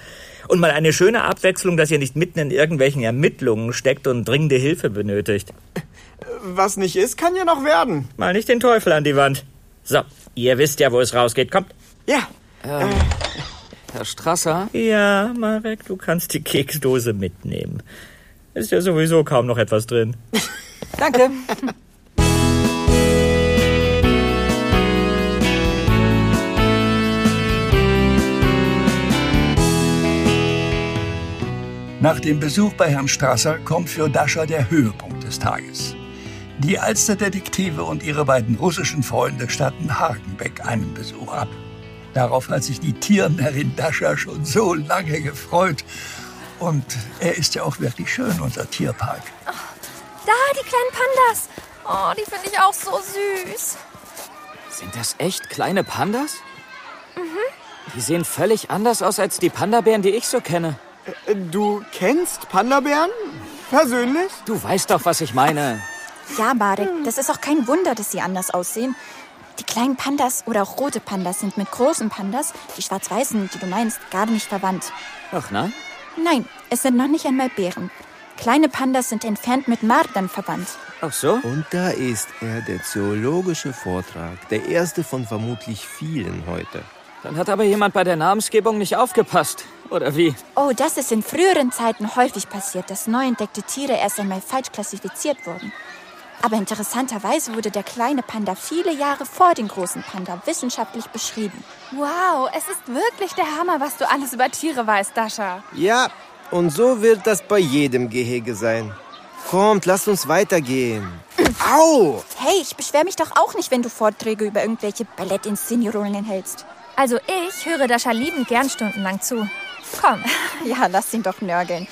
S15: Und mal eine schöne Abwechslung, dass ihr nicht mitten in irgendwelchen Ermittlungen steckt und dringende Hilfe benötigt.
S4: Was nicht ist, kann ja noch werden.
S15: Mal nicht den Teufel an die Wand. So, ihr wisst ja, wo es rausgeht. Kommt.
S4: Ja.
S13: Ähm, Herr Strasser?
S15: Ja, Marek, du kannst die Keksdose mitnehmen. Ist ja sowieso kaum noch etwas drin.
S13: Danke.
S7: Nach dem Besuch bei Herrn Strasser kommt für Dascha der Höhepunkt des Tages. Die Alsterdetektive und ihre beiden russischen Freunde statten Hagenbeck einen Besuch ab. Darauf hat sich die Tiernerin Dascha schon so lange gefreut. Und er ist ja auch wirklich schön, unser Tierpark.
S12: Da, die kleinen Pandas. Oh, die finde ich auch so süß.
S13: Sind das echt kleine Pandas?
S12: Mhm.
S13: Die sehen völlig anders aus als die Pandabären, die ich so kenne.
S4: Äh, Du kennst Pandabären? Persönlich?
S13: Du weißt doch, was ich meine.
S8: Ja, Marek, das ist auch kein Wunder, dass sie anders aussehen. Die kleinen Pandas oder auch rote Pandas sind mit großen Pandas, die schwarz-weißen, die du meinst, gar nicht verwandt.
S13: Ach nein?
S8: Nein, es sind noch nicht einmal Bären. Kleine Pandas sind entfernt mit Mardern verwandt.
S13: Ach so?
S9: Und da ist er, der zoologische Vortrag. Der erste von vermutlich vielen heute.
S13: Dann hat aber jemand bei der Namensgebung nicht aufgepasst. Oder wie?
S8: Oh, das ist in früheren Zeiten häufig passiert, dass neu entdeckte Tiere erst einmal falsch klassifiziert wurden. Aber interessanterweise wurde der kleine Panda viele Jahre vor dem großen Panda wissenschaftlich beschrieben.
S3: Wow, es ist wirklich der Hammer, was du alles über Tiere weißt, Dascha.
S9: Ja, und so wird das bei jedem Gehege sein. Kommt, lasst uns weitergehen. Au!
S8: Hey, ich beschwere mich doch auch nicht, wenn du Vorträge über irgendwelche Ballettinszenierungen hältst.
S12: Also ich höre Dascha liebend gern stundenlang zu. Komm.
S8: Ja, lass ihn doch nörgeln.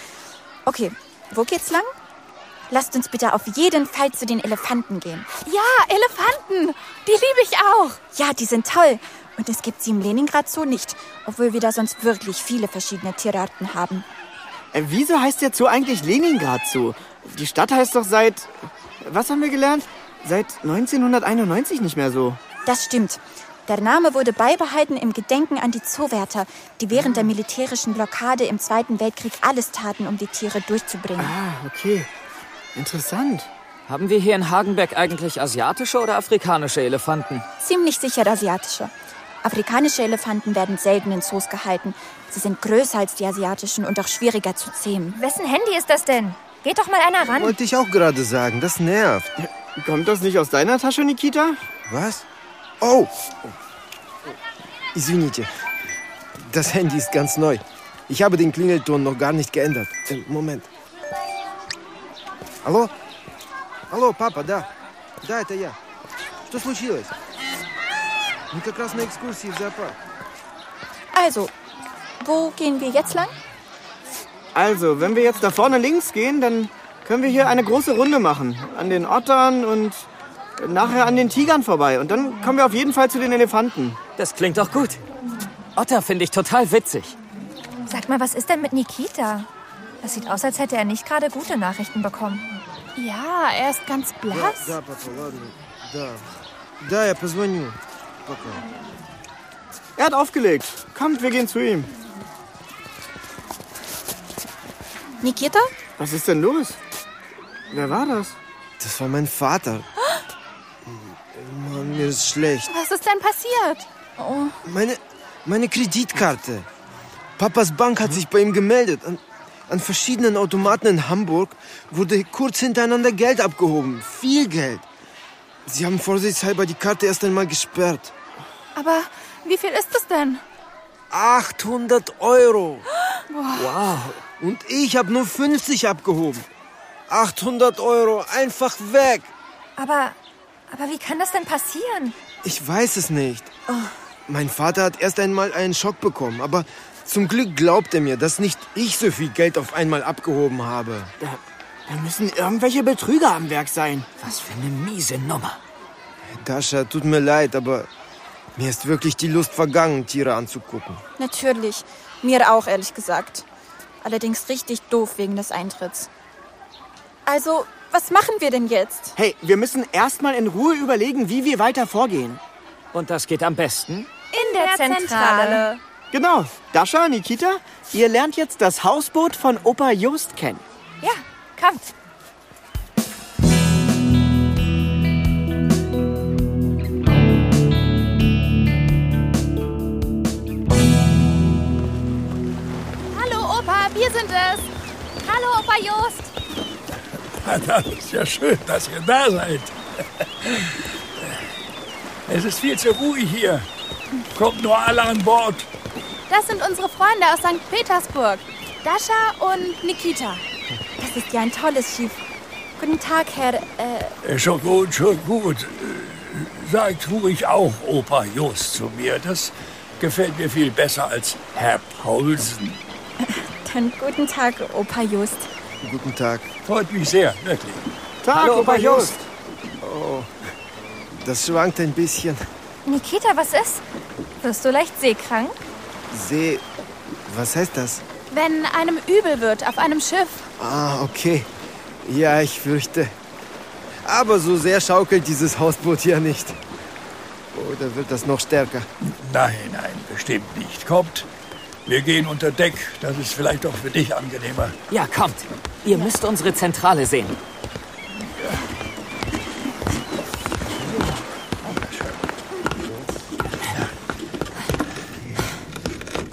S8: Okay, wo geht's lang? Lasst uns bitte auf jeden Fall zu den Elefanten gehen.
S3: Ja, Elefanten. Die liebe ich auch.
S8: Ja, die sind toll. Und es gibt sie im Leningrad so nicht, obwohl wir da sonst wirklich viele verschiedene Tierarten haben.
S4: Äh, Wieso heißt der Zoo eigentlich Leningrad Zoo? Die Stadt heißt doch seit. Was haben wir gelernt? Seit 1991 nicht mehr so.
S8: Das stimmt. Der Name wurde beibehalten im Gedenken an die Zoowärter, die während der militärischen Blockade im Zweiten Weltkrieg alles taten, um die Tiere durchzubringen.
S4: Ah, okay. Interessant.
S13: Haben wir hier in Hagenbeck eigentlich asiatische oder afrikanische Elefanten?
S8: Ziemlich sicher asiatische. Afrikanische Elefanten werden selten in Zoos gehalten. Sie sind größer als die asiatischen und auch schwieriger zu zähmen.
S12: Wessen Handy ist das denn? Geht doch mal einer ran.
S9: Wollte ich auch gerade sagen, das nervt.
S4: Kommt das nicht aus deiner Tasche, Nikita?
S9: Was? Oh! Извините. Das Handy ist ganz neu. Ich habe den Klingelton noch gar nicht geändert. Äh, Moment. Алло? Алло, папа, да. Да, это я. Что случилось? Мы как раз на экскурсии в зоопарк.
S8: Also, wo gehen wir jetzt lang?
S4: Also, wenn wir jetzt da vorne links gehen, dann können wir hier eine große Runde machen. An den Ottern und nachher an den Tigern vorbei. Und dann kommen wir auf jeden Fall zu den Elefanten.
S13: Das klingt doch gut. Otter finde ich total witzig.
S12: Sag mal, was ist denn mit Nikita? Das sieht aus, als hätte er nicht gerade gute Nachrichten bekommen.
S3: Ja, er ist ganz blass.
S9: Да, папа, ладно. Да. Да, я позвоню. Пока.
S4: Er hat aufgelegt. Kommt, wir gehen zu ihm.
S8: Nikita?
S4: Was ist denn los? Wer war das?
S9: Das war mein Vater. Mann, mir ist schlecht.
S3: Was ist denn passiert?
S8: Oh,
S9: Meine, meine Kreditkarte. Papas Bank hat sich bei ihm gemeldet. An, an verschiedenen Automaten in Hamburg wurde kurz hintereinander Geld abgehoben. Viel Geld. Sie haben vorsichtshalber die Karte erst einmal gesperrt.
S3: aber wie viel ist es denn?
S9: 800 Euro. Wow. Und ich habe nur 50 abgehoben. 800 Euro einfach weg.
S12: Aber, aber wie kann das denn passieren?
S9: Ich weiß es nicht. Mein Vater hat erst einmal einen Schock bekommen, aber zum Glück glaubt er mir, dass nicht ich so viel Geld auf einmal abgehoben habe.
S4: Da, da müssen irgendwelche Betrüger am Werk sein.
S13: Was für eine miese Nummer.
S9: Dascha, tut mir leid, aber mir ist wirklich die Lust vergangen, Tiere anzugucken.
S8: natürlich. Mir auch, ehrlich gesagt. Allerdings richtig doof wegen des Eintritts. Also, was machen wir denn jetzt?
S4: Hey, wir müssen erstmal in Ruhe überlegen, wie wir weiter vorgehen.
S13: Und das geht am besten?
S12: In der Zentrale.
S4: Genau. Dascha, Nikita, ihr lernt jetzt das Hausboot von Opa Just kennen.
S12: Ja, kommt.
S3: Hallo Opa, wir sind es. Hallo Opa Jost.
S7: Na, Das ist ja schön, dass ihr da seid. Es ist viel zu ruhig hier. Kommt nur alle an Bord.
S3: Das sind unsere Freunde aus St. Petersburg. Dascha und Nikita.
S8: Das ist ja ein tolles Schiff. Guten Tag, Herr. Äh,
S7: Schon gut, schon gut. Sagt ruhig auch Opa Jos zu mir. Das gefällt mir viel besser als Herr Paulsen.
S8: dann guten Tag, Opa Just.
S7: Guten Tag. Freut mich sehr, wirklich.
S9: Tag,
S7: Hallo, Opa Opa Jost.
S9: Oh, das schwankt ein bisschen.
S12: Nikita, was ist? Wirst du leicht seekrank?
S9: See, was heißt das?
S3: Wenn einem übel wird auf einem Schiff.
S9: Ah, okay. Ja, ich fürchte. Aber so sehr schaukelt dieses Hausboot ja nicht. Oder wird das noch stärker?
S7: Nein, nein, bestimmt nicht. Kommt, wir gehen unter Deck. Das ist vielleicht auch für dich angenehmer.
S13: Ja, kommt. Ihr müsst unsere Zentrale sehen.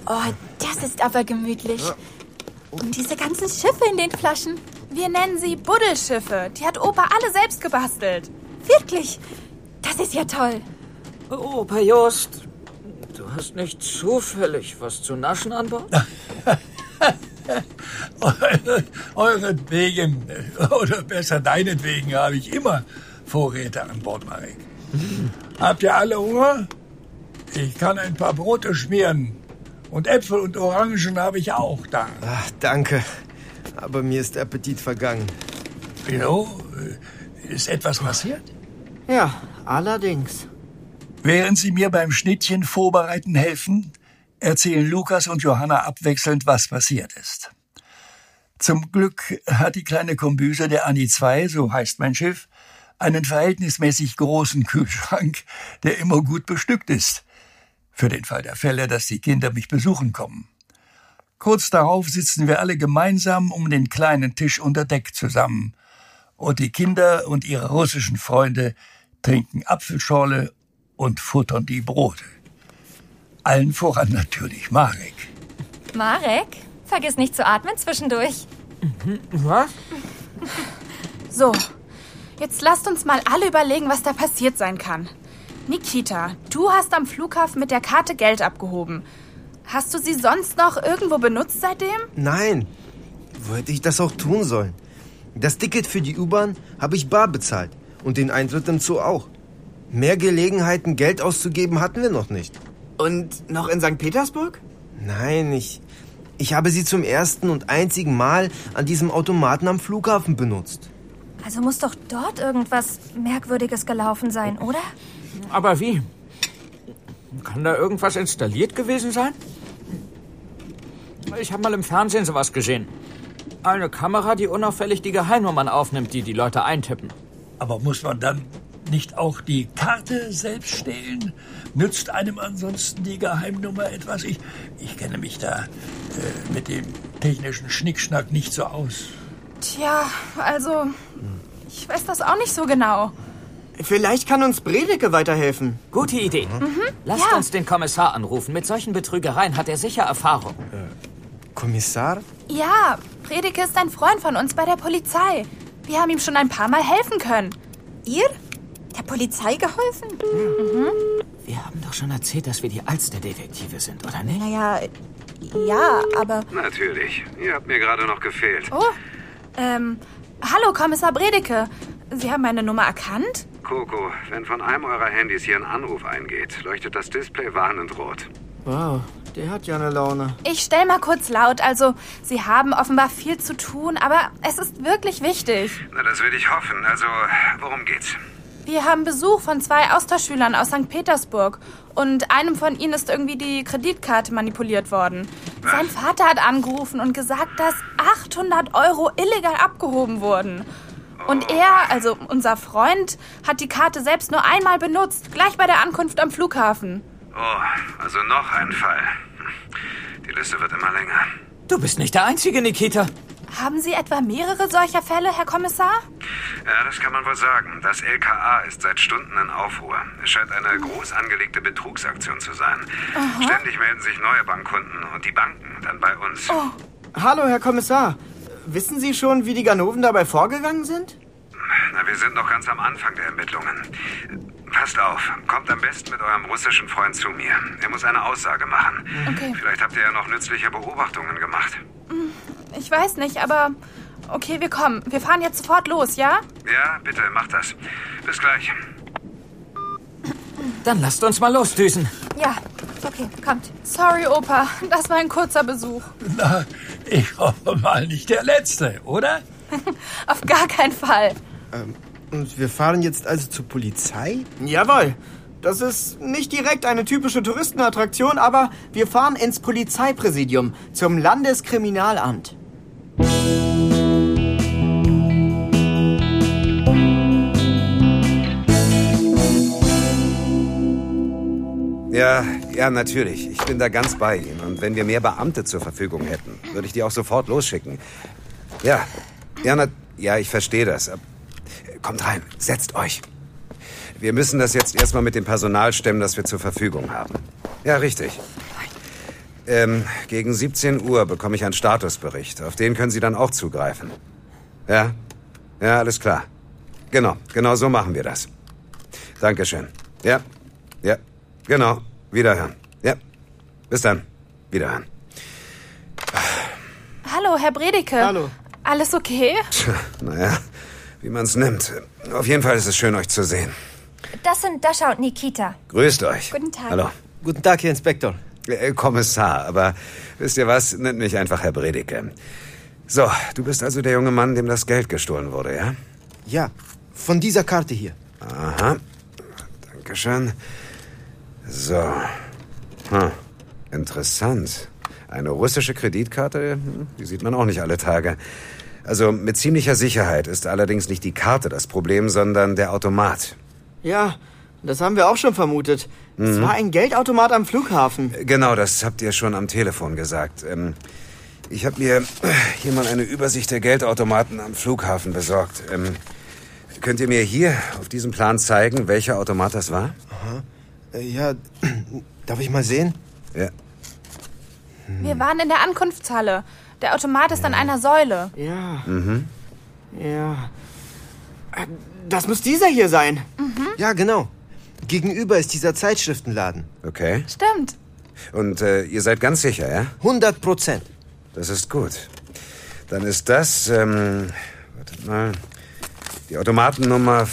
S8: Oh, das ist aber gemütlich.
S3: Und diese ganzen Schiffe in den Flaschen. Wir nennen sie Buddelschiffe. Die hat Opa alle selbst gebastelt. Wirklich? Das ist ja toll.
S13: Oh, Opa Jost, du hast nicht zufällig was zu naschen an Bord?
S7: Eure- Euretwegen, oder besser deinetwegen, habe ich immer Vorräte an Bord, Marek. Habt ihr alle Hunger? Ich kann ein paar Brote schmieren. Und Äpfel und Orangen habe ich auch da.
S9: Ach, Ah, danke. Aber mir ist der Appetit vergangen.
S7: Wieso? äh, Ist etwas passiert?
S4: Ja, allerdings.
S7: Während Sie mir beim Schnittchen vorbereiten helfen, erzählen Lukas und Johanna abwechselnd, was passiert ist. Zum Glück hat die kleine Kombüse der Annie 2, so heißt mein Schiff, einen verhältnismäßig großen Kühlschrank, der immer gut bestückt ist. Für den Fall der Fälle, dass die Kinder mich besuchen kommen. Kurz darauf sitzen wir alle gemeinsam um den kleinen Tisch unter Deck zusammen. Und die Kinder und ihre russischen Freunde trinken Apfelschorle und futtern die Brote. Allen voran natürlich Marek.
S12: Marek, vergiss nicht zu atmen zwischendurch.
S13: Was?
S3: So, jetzt lasst uns mal alle überlegen, was da passiert sein kann. Nikita, du hast am Flughafen mit der Karte Geld abgehoben. Hast du sie sonst noch irgendwo benutzt seitdem?
S9: Nein, wo hätte ich das auch tun sollen? Das Ticket für die U-Bahn habe ich bar bezahlt und den Eintritt im Zoo auch. Mehr Gelegenheiten, Geld auszugeben, hatten wir noch nicht.
S4: Und noch in St. Petersburg?
S9: Nein, ich, ich habe sie zum ersten und einzigen Mal an diesem Automaten am Flughafen benutzt.
S12: Also muss doch dort irgendwas Merkwürdiges gelaufen sein, oder?
S13: Aber wie? Kann da irgendwas installiert gewesen sein? Ich habe mal im Fernsehen sowas gesehen. Eine Kamera, die unauffällig die Geheimnummern aufnimmt, die die Leute eintippen.
S7: Aber muss man dann nicht auch die Karte selbst stehlen? Nützt einem ansonsten die Geheimnummer etwas? Ich, ich kenne mich da äh, mit dem technischen Schnickschnack nicht so aus.
S3: Tja, also, ich weiß das auch nicht so genau.
S4: Vielleicht kann uns Bredeke weiterhelfen.
S13: Gute Idee.
S3: Mhm.
S13: Lasst uns den Kommissar anrufen. Mit solchen Betrügereien hat er sicher Erfahrung.
S9: Kommissar?
S3: Ja, Predike ist ein Freund von uns bei der Polizei. Wir haben ihm schon ein paar Mal helfen können.
S8: Ihr? Der Polizei geholfen?
S3: Mhm.
S13: Wir haben doch schon erzählt, dass wir die Alster-Detektive sind, oder nicht?
S8: Naja, ja, aber.
S17: Natürlich. Ihr habt mir gerade noch gefehlt.
S3: Oh, ähm, hallo Kommissar Bredeke. Sie haben meine Nummer erkannt?
S17: Coco, wenn von einem eurer Handys hier ein Anruf eingeht, leuchtet das Display warnend rot.
S4: Wow, der hat ja eine Laune.
S3: Ich stell mal kurz laut. Also, Sie haben offenbar viel zu tun, aber es ist wirklich wichtig.
S17: Na, das will ich hoffen. Also, worum geht's?
S3: Wir haben Besuch von zwei Austauschschülern aus St. Petersburg. Und einem von ihnen ist irgendwie die Kreditkarte manipuliert worden. Sein Vater hat angerufen und gesagt, dass 800 Euro illegal abgehoben wurden. Und er, also unser Freund, hat die Karte selbst nur einmal benutzt, gleich bei der Ankunft am Flughafen.
S17: Oh, also noch ein Fall. Die Liste wird immer länger.
S13: Du bist nicht der Einzige, Nikita.
S3: Haben Sie etwa mehrere solcher Fälle, Herr Kommissar?
S17: Ja, das kann man wohl sagen. Das LKA ist seit Stunden in Aufruhr. Es scheint eine groß angelegte Betrugsaktion zu sein.
S4: Aha.
S17: Ständig melden sich neue Bankkunden und die Banken dann bei uns.
S4: Oh. Hallo, Herr Kommissar. Wissen Sie schon, wie die Ganoven dabei vorgegangen sind?
S17: Na, wir sind noch ganz am Anfang der Ermittlungen. Passt auf, kommt am besten mit eurem russischen Freund zu mir. Er muss eine Aussage machen. Vielleicht habt ihr ja noch nützliche Beobachtungen gemacht.
S3: Ich weiß Hm, nicht, aber Okay, wir kommen. Wir fahren jetzt sofort los, ja?
S17: Ja, bitte, mach das. Bis gleich.
S13: Dann lasst uns mal losdüsen.
S3: Ja, okay, kommt. Sorry, Opa. Das war ein kurzer Besuch.
S7: Na, ich hoffe mal nicht der letzte, oder?
S3: Auf gar keinen Fall.
S9: Ähm, und wir fahren jetzt also zur Polizei?
S4: Jawohl. Das ist nicht direkt eine typische Touristenattraktion, aber wir fahren ins Polizeipräsidium, zum Landeskriminalamt.
S17: Ja, ja, natürlich. Ich bin da ganz bei Ihnen. Und wenn wir mehr Beamte zur Verfügung hätten, würde ich die auch sofort losschicken. Ja, ja, na, ja, ich verstehe das. Ab- Kommt rein, setzt euch. Wir müssen das jetzt erstmal mit dem Personal stemmen, das wir zur Verfügung haben. Ja, richtig. Ähm, gegen 17 Uhr bekomme ich einen Statusbericht. Auf den können Sie dann auch zugreifen. Ja? Ja, alles klar. Genau, genau so machen wir das. Dankeschön. Ja, ja, genau. Wiederhören. Ja, bis dann. Wiederhören.
S3: Hallo, Herr Bredeke. Hallo. Alles okay?
S17: Tja, naja, wie man es nimmt. Auf jeden Fall ist es schön, euch zu sehen.
S12: Das sind Dasha und Nikita.
S17: Grüßt euch.
S12: Guten Tag.
S17: Hallo.
S9: Guten Tag, Herr Inspektor.
S17: Äh, Kommissar, aber wisst ihr was? Nennt mich einfach Herr Bredeke. So, du bist also der junge Mann, dem das Geld gestohlen wurde, ja?
S9: Ja, von dieser Karte hier.
S17: Aha. Dankeschön. So. Hm. Interessant. Eine russische Kreditkarte, hm, die sieht man auch nicht alle Tage. Also mit ziemlicher Sicherheit ist allerdings nicht die Karte das Problem, sondern der Automat.
S4: Ja, das haben wir auch schon vermutet. Es
S17: Mhm.
S4: war ein Geldautomat am Flughafen.
S17: Genau, das habt ihr schon am Telefon gesagt. Ähm, ich habe mir hier mal eine Übersicht der Geldautomaten am Flughafen besorgt. Ähm, könnt ihr mir hier auf diesem Plan zeigen, welcher Automat das war?
S9: Aha. Äh, ja, darf ich mal sehen?
S17: Ja.
S3: Wir waren in der Ankunftshalle. Der Automat ist an einer Säule.
S4: Ja.
S17: Mhm.
S4: Ja. Äh, Das muss dieser hier sein.
S9: Ja, genau. Gegenüber ist dieser Zeitschriftenladen.
S17: Okay.
S3: Stimmt.
S17: Und äh, ihr seid ganz sicher, ja?
S9: 100 Prozent.
S17: Das ist gut. Dann ist das, ähm, wartet mal, die Automatennummer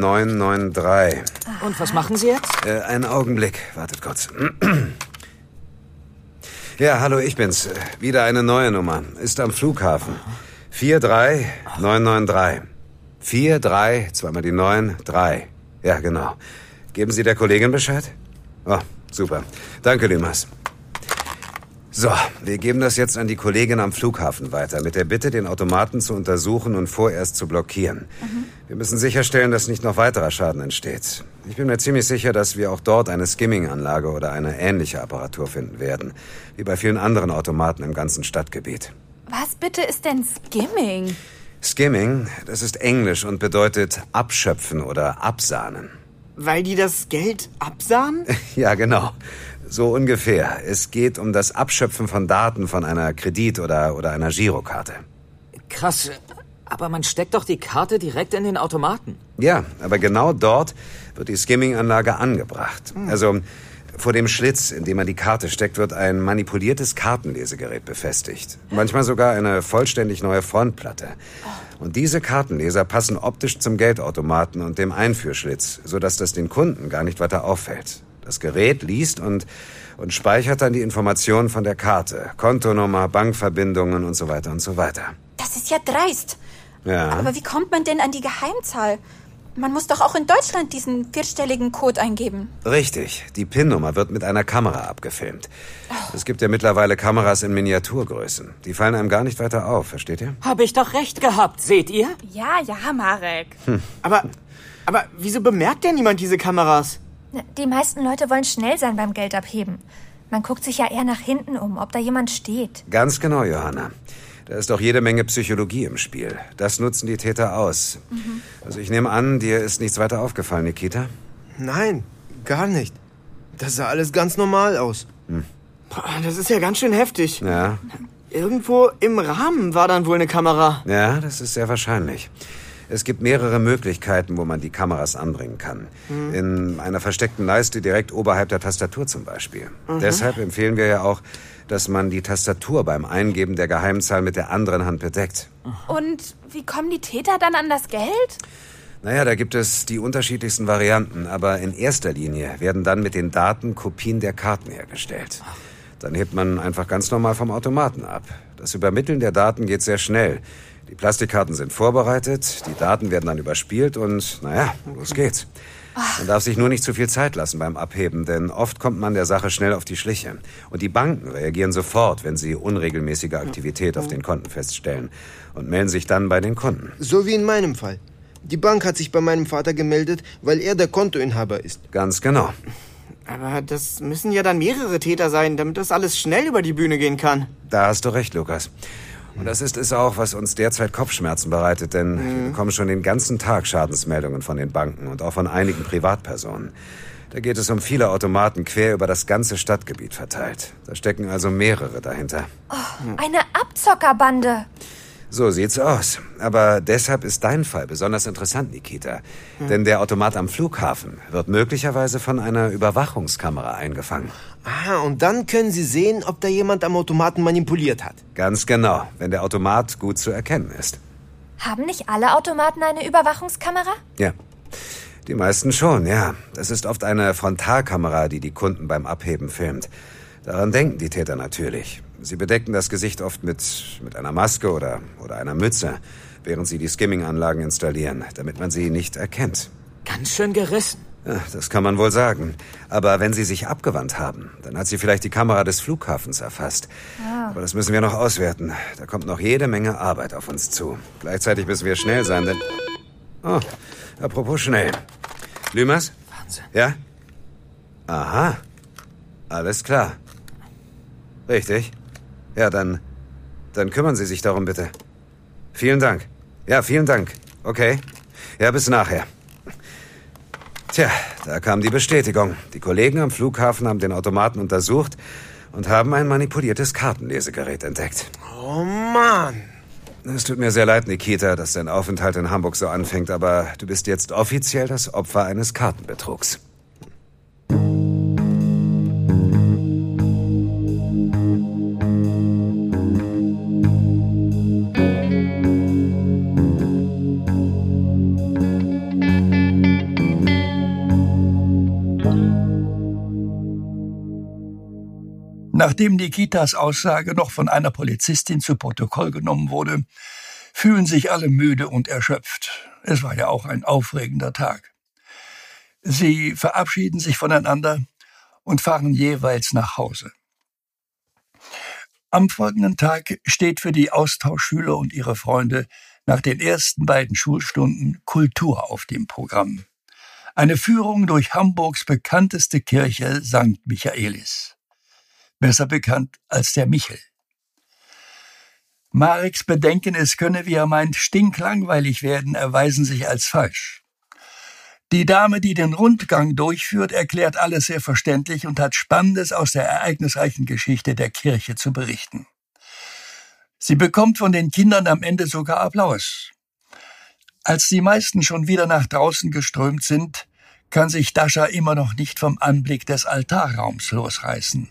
S17: 43993.
S13: Und was machen Sie jetzt?
S17: Äh, einen Augenblick, wartet kurz. Ja, hallo, ich bin's. Äh, Wieder eine neue Nummer. Ist am Flughafen. 43993. 43, zweimal die 9, 3. Ja, genau. Geben Sie der Kollegin Bescheid? Oh, super. Danke, Limas. So, wir geben das jetzt an die Kollegin am Flughafen weiter, mit der Bitte, den Automaten zu untersuchen und vorerst zu blockieren. Wir müssen sicherstellen, dass nicht noch weiterer Schaden entsteht. Ich bin mir ziemlich sicher, dass wir auch dort eine Skimming-Anlage oder eine ähnliche Apparatur finden werden, wie bei vielen anderen Automaten im ganzen Stadtgebiet.
S3: Was bitte ist denn Skimming?
S17: Skimming, das ist Englisch und bedeutet abschöpfen oder absahnen.
S4: Weil die das Geld absahen?
S17: Ja, genau. So ungefähr. Es geht um das Abschöpfen von Daten von einer Kredit- oder, oder einer Girokarte.
S13: Krass, aber man steckt doch die Karte direkt in den Automaten.
S17: Ja, aber genau dort wird die Skimming-Anlage angebracht.
S8: Hm.
S17: Also vor dem Schlitz, in dem man die Karte steckt, wird ein manipuliertes Kartenlesegerät befestigt. Manchmal sogar eine vollständig neue Frontplatte.
S8: Oh.
S17: Und diese Kartenleser passen optisch zum Geldautomaten und dem Einführschlitz, sodass das den Kunden gar nicht weiter auffällt. Das Gerät liest und, und speichert dann die Informationen von der Karte. Kontonummer, Bankverbindungen und so weiter und so weiter.
S8: Das ist ja dreist.
S17: Ja.
S8: Aber wie kommt man denn an die Geheimzahl? Man muss doch auch in Deutschland diesen vierstelligen Code eingeben.
S17: Richtig. Die PIN-Nummer wird mit einer Kamera abgefilmt. Es gibt ja mittlerweile Kameras in Miniaturgrößen. Die fallen einem gar nicht weiter auf, versteht ihr?
S13: Habe ich doch recht gehabt, seht ihr?
S3: Ja, ja, Marek.
S4: Aber, aber wieso bemerkt denn niemand diese Kameras?
S12: Na, Die meisten Leute wollen schnell sein beim Geld abheben. Man guckt sich ja eher nach hinten um, ob da jemand steht.
S17: Ganz genau, Johanna. Da ist auch jede Menge Psychologie im Spiel. Das nutzen die Täter aus. Also ich nehme an, dir ist nichts weiter aufgefallen, Nikita.
S9: Nein, gar nicht. Das sah alles ganz normal aus.
S4: Boah, Das ist ja ganz schön heftig.
S17: Ja,
S4: Irgendwo im Rahmen war dann wohl eine Kamera.
S17: ja, das ist sehr wahrscheinlich. Es gibt mehrere Möglichkeiten, wo man die Kameras anbringen kann.
S4: Mhm.
S17: In einer versteckten Leiste direkt oberhalb der Tastatur zum Beispiel.
S4: Mhm.
S17: Deshalb empfehlen wir ja auch, dass man die Tastatur beim Eingeben der Geheimzahl mit der anderen Hand bedeckt.
S3: Und wie kommen die Täter dann an das Geld?
S17: Naja, da gibt es die unterschiedlichsten Varianten, aber in erster Linie werden dann mit den Daten Kopien der Karten hergestellt. Dann hebt man einfach ganz normal vom Automaten ab. Das Übermitteln der Daten geht sehr schnell. Die Plastikkarten sind vorbereitet, die Daten werden dann überspielt und naja, los geht's. Man darf sich nur nicht zu viel Zeit lassen beim Abheben, denn oft kommt man der Sache schnell auf die Schliche. Und die Banken reagieren sofort, wenn sie unregelmäßige Aktivität auf den Konten feststellen und melden sich dann bei den Kunden.
S9: So wie in meinem Fall. Die Bank hat sich bei meinem Vater gemeldet, weil er der Kontoinhaber ist.
S17: Ganz genau.
S4: Aber das müssen ja dann mehrere Täter sein, damit das alles schnell über die Bühne gehen kann.
S17: Da hast du recht, Lukas. Und das ist es auch, was uns derzeit Kopfschmerzen bereitet, denn wir bekommen schon den ganzen Tag Schadensmeldungen von den Banken und auch von einigen Privatpersonen. Da geht es um viele Automaten quer über das ganze Stadtgebiet verteilt. Da stecken also mehrere dahinter.
S12: Eine Abzockerbande.
S17: So sieht's aus. Aber deshalb ist dein Fall besonders interessant, Nikita.
S9: Hm.
S17: Denn der Automat am Flughafen wird möglicherweise von einer Überwachungskamera eingefangen.
S9: Ah, und dann können Sie sehen, ob da jemand am Automaten manipuliert hat.
S17: Ganz genau, wenn der Automat gut zu erkennen ist.
S12: Haben nicht alle Automaten eine Überwachungskamera?
S17: Ja. Die meisten schon, ja. Es ist oft eine Frontalkamera, die die Kunden beim Abheben filmt. Daran denken die Täter natürlich. Sie bedecken das Gesicht oft mit, mit einer Maske oder, oder einer Mütze, während sie die Skimming-Anlagen installieren, damit man sie nicht erkennt.
S13: Ganz schön gerissen.
S17: Ja, das kann man wohl sagen. Aber wenn sie sich abgewandt haben, dann hat sie vielleicht die Kamera des Flughafens erfasst.
S3: Ah.
S17: Aber das müssen wir noch auswerten. Da kommt noch jede Menge Arbeit auf uns zu. Gleichzeitig müssen wir schnell sein, denn... Oh, apropos schnell. Lümas? Wahnsinn. Ja? Aha. Alles klar. Richtig. Ja, dann... Dann kümmern Sie sich darum, bitte. Vielen Dank. Ja, vielen Dank. Okay. Ja, bis nachher. Tja, da kam die Bestätigung. Die Kollegen am Flughafen haben den Automaten untersucht und haben ein manipuliertes Kartenlesegerät entdeckt.
S9: Oh Mann.
S17: Es tut mir sehr leid, Nikita, dass dein Aufenthalt in Hamburg so anfängt, aber du bist jetzt offiziell das Opfer eines Kartenbetrugs.
S7: Nachdem Nikitas Aussage noch von einer Polizistin zu Protokoll genommen wurde, fühlen sich alle müde und erschöpft. Es war ja auch ein aufregender Tag. Sie verabschieden sich voneinander und fahren jeweils nach Hause. Am folgenden Tag steht für die Austauschschüler und ihre Freunde nach den ersten beiden Schulstunden Kultur auf dem Programm. Eine Führung durch Hamburgs bekannteste Kirche St. Michaelis besser bekannt als der Michel. Mareks Bedenken, es könne, wie er meint, stinklangweilig werden, erweisen sich als falsch. Die Dame, die den Rundgang durchführt, erklärt alles sehr verständlich und hat Spannendes aus der ereignisreichen Geschichte der Kirche zu berichten. Sie bekommt von den Kindern am Ende sogar Applaus. Als die meisten schon wieder nach draußen geströmt sind, kann sich Dascha immer noch nicht vom Anblick des Altarraums losreißen.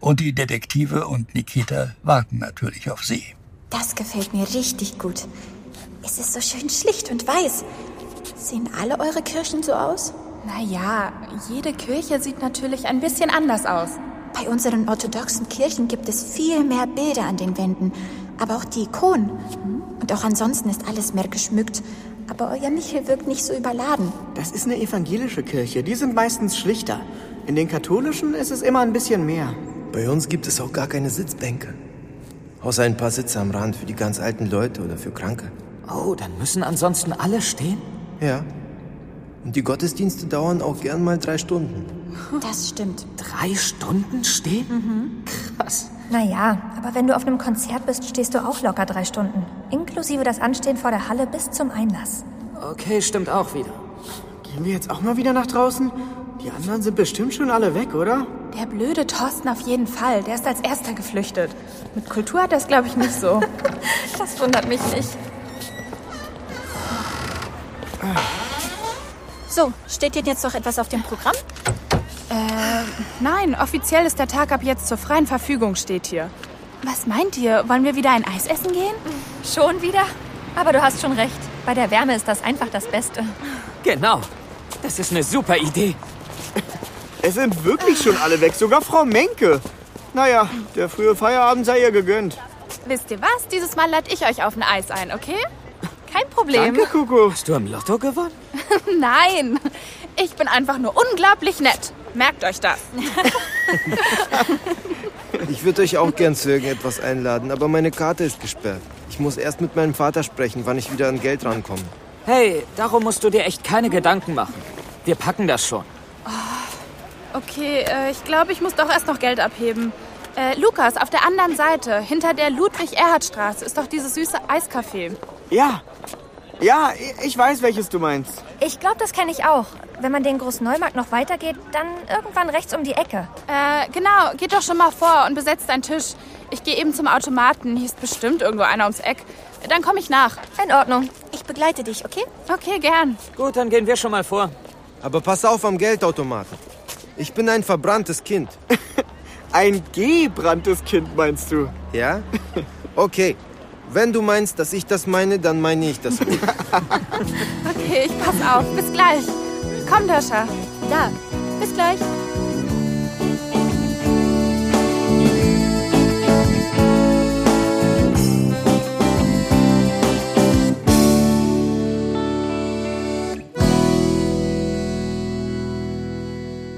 S7: Und die Detektive und Nikita warten natürlich auf sie.
S8: Das gefällt mir richtig gut. Es ist so schön schlicht und weiß. Sehen alle eure Kirchen so aus?
S3: Naja, jede Kirche sieht natürlich ein bisschen anders aus.
S8: Bei unseren orthodoxen Kirchen gibt es viel mehr Bilder an den Wänden, aber auch die Ikonen. Und auch ansonsten ist alles mehr geschmückt. Aber euer Michel wirkt nicht so überladen.
S4: Das ist eine evangelische Kirche. Die sind meistens schlichter. In den katholischen ist es immer ein bisschen mehr.
S9: Bei uns gibt es auch gar keine Sitzbänke. Außer ein paar Sitze am Rand für die ganz alten Leute oder für Kranke.
S13: Oh, dann müssen ansonsten alle stehen?
S9: Ja. Und die Gottesdienste dauern auch gern mal drei Stunden.
S8: Das stimmt.
S13: Drei Stunden stehen? Krass.
S12: Naja, Mhm. aber wenn du auf einem Konzert bist, stehst du auch locker drei Stunden. Inklusive das Anstehen vor der Halle bis zum Einlass.
S13: Okay, stimmt auch wieder.
S4: Gehen wir jetzt auch mal wieder nach draußen? Die anderen sind bestimmt schon alle weg, oder?
S3: Der blöde Thorsten auf jeden Fall. Der ist als erster geflüchtet. Mit Kultur hat er es, glaube ich, nicht so. das wundert mich nicht.
S8: So, steht denn jetzt noch etwas auf dem Programm?
S3: Äh, nein, offiziell ist der Tag ab jetzt zur freien Verfügung, steht hier. Was meint ihr? Wollen wir wieder ein Eis essen gehen?
S12: Schon wieder? Aber du hast schon recht. Bei der Wärme ist das einfach das Beste.
S13: Genau. Das ist eine super Idee.
S4: Es sind wirklich schon alle weg, sogar Frau Menke. Naja, der frühe Feierabend sei ihr gegönnt.
S3: Wisst ihr was? Dieses Mal lade ich euch auf ein Eis ein, okay? Kein Problem.
S4: Danke, Kuku.
S13: Hast du am Lotto gewonnen?
S3: Nein, ich bin einfach nur unglaublich nett. Merkt euch das.
S9: Ich würde euch auch gern zu irgendetwas einladen, aber meine Karte ist gesperrt. Ich muss erst mit meinem Vater sprechen, wann ich wieder an Geld rankomme.
S13: Hey, darum musst du dir echt keine Gedanken machen. Wir packen das schon.
S3: Okay, äh, ich glaube, ich muss doch erst noch Geld abheben. Äh, Lukas, auf der anderen Seite, hinter der Ludwig-Erhard-Straße, ist doch dieses süße Eiscafé.
S4: Ja, ja, i- ich weiß, welches du meinst.
S12: Ich glaube, das kenne ich auch. Wenn man den Großneumarkt noch weitergeht, dann irgendwann rechts um die Ecke.
S3: Äh, genau, geht doch schon mal vor und besetzt einen Tisch. Ich gehe eben zum Automaten. Hier ist bestimmt irgendwo einer ums Eck. Dann komme ich nach.
S12: In Ordnung.
S8: Ich begleite dich, okay?
S3: Okay, gern.
S13: Gut, dann gehen wir schon mal vor.
S9: Aber pass auf am Geldautomaten. Ich bin ein verbranntes Kind.
S4: ein gebranntes Kind, meinst du?
S9: Ja? Okay. Wenn du meinst, dass ich das meine, dann meine ich das. wohl.
S3: Okay, ich pass auf. Bis gleich. Komm, Dascha.
S8: Da. Bis gleich.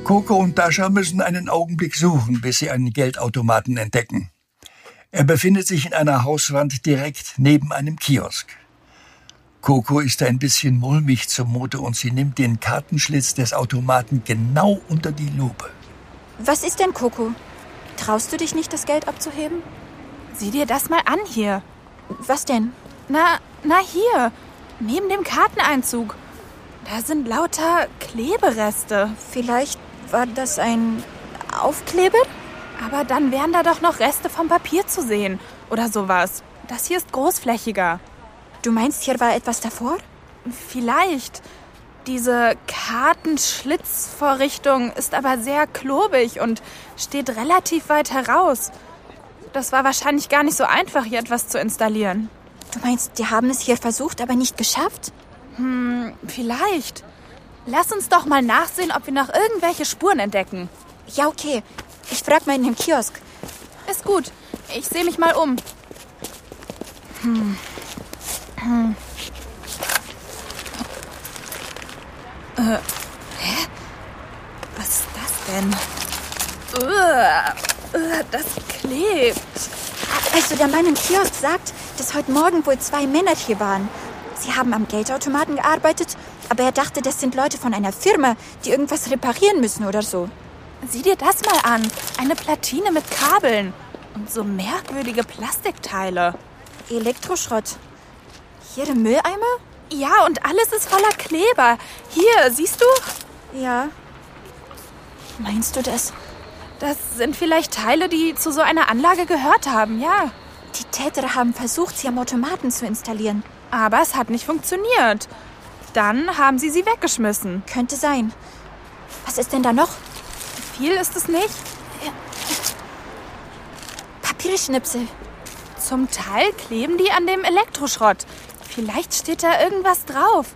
S7: Coco und Dasha müssen einen Augenblick suchen, bis sie einen Geldautomaten entdecken. Er befindet sich in einer Hauswand direkt neben einem Kiosk. Coco ist ein bisschen mulmig zumute und sie nimmt den Kartenschlitz des Automaten genau unter die Lupe.
S8: Was ist denn, Coco? Traust du dich nicht, das Geld abzuheben?
S3: Sieh dir das mal an hier.
S8: Was denn?
S3: Na, na hier. Neben dem Karteneinzug. Da sind lauter Klebereste.
S8: Vielleicht war das ein Aufkleber?
S3: Aber dann wären da doch noch Reste vom Papier zu sehen. Oder sowas. Das hier ist großflächiger.
S8: Du meinst, hier war etwas davor?
S3: Vielleicht. Diese Kartenschlitzvorrichtung ist aber sehr klobig und steht relativ weit heraus. Das war wahrscheinlich gar nicht so einfach, hier etwas zu installieren.
S8: Du meinst, die haben es hier versucht, aber nicht geschafft?
S3: Hm, vielleicht. Lass uns doch mal nachsehen, ob wir noch irgendwelche Spuren entdecken.
S8: Ja, okay. Ich frag mal in dem Kiosk.
S3: Ist gut. Ich sehe mich mal um. Hm. Hm. Äh, hä? Was ist das denn? Uah, uah, das klebt.
S8: Also der Mann im Kiosk sagt, dass heute Morgen wohl zwei Männer hier waren. Sie haben am Geldautomaten gearbeitet, aber er dachte, das sind Leute von einer Firma, die irgendwas reparieren müssen oder so.
S3: Sieh dir das mal an. Eine Platine mit Kabeln. Und so merkwürdige Plastikteile.
S8: Elektroschrott. Hier im Mülleimer?
S3: Ja, und alles ist voller Kleber. Hier, siehst du?
S8: Ja. Meinst du das?
S3: Das sind vielleicht Teile, die zu so einer Anlage gehört haben, ja.
S8: Die Täter haben versucht, sie am Automaten zu installieren.
S3: Aber es hat nicht funktioniert. Dann haben sie sie weggeschmissen.
S8: Könnte sein. Was ist denn da noch?
S3: Viel ist es nicht.
S8: Papierschnipsel.
S3: Zum Teil kleben die an dem Elektroschrott. Vielleicht steht da irgendwas drauf.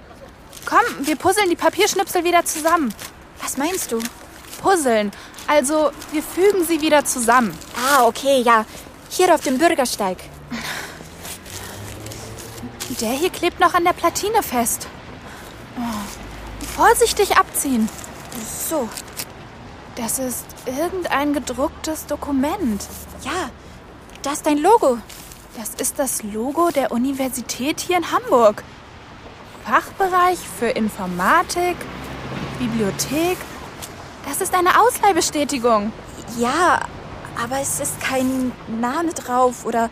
S3: Komm, wir puzzeln die Papierschnipsel wieder zusammen.
S8: Was meinst du?
S3: Puzzeln. Also, wir fügen sie wieder zusammen.
S8: Ah, okay, ja. Hier auf dem Bürgersteig.
S3: Der hier klebt noch an der Platine fest. Oh. Vorsichtig abziehen.
S8: So.
S3: Das ist irgendein gedrucktes Dokument.
S8: Ja, da ist dein Logo.
S3: Das ist das Logo der Universität hier in Hamburg. Fachbereich für Informatik, Bibliothek. Das ist eine Ausleihbestätigung.
S8: Ja, aber es ist kein Name drauf oder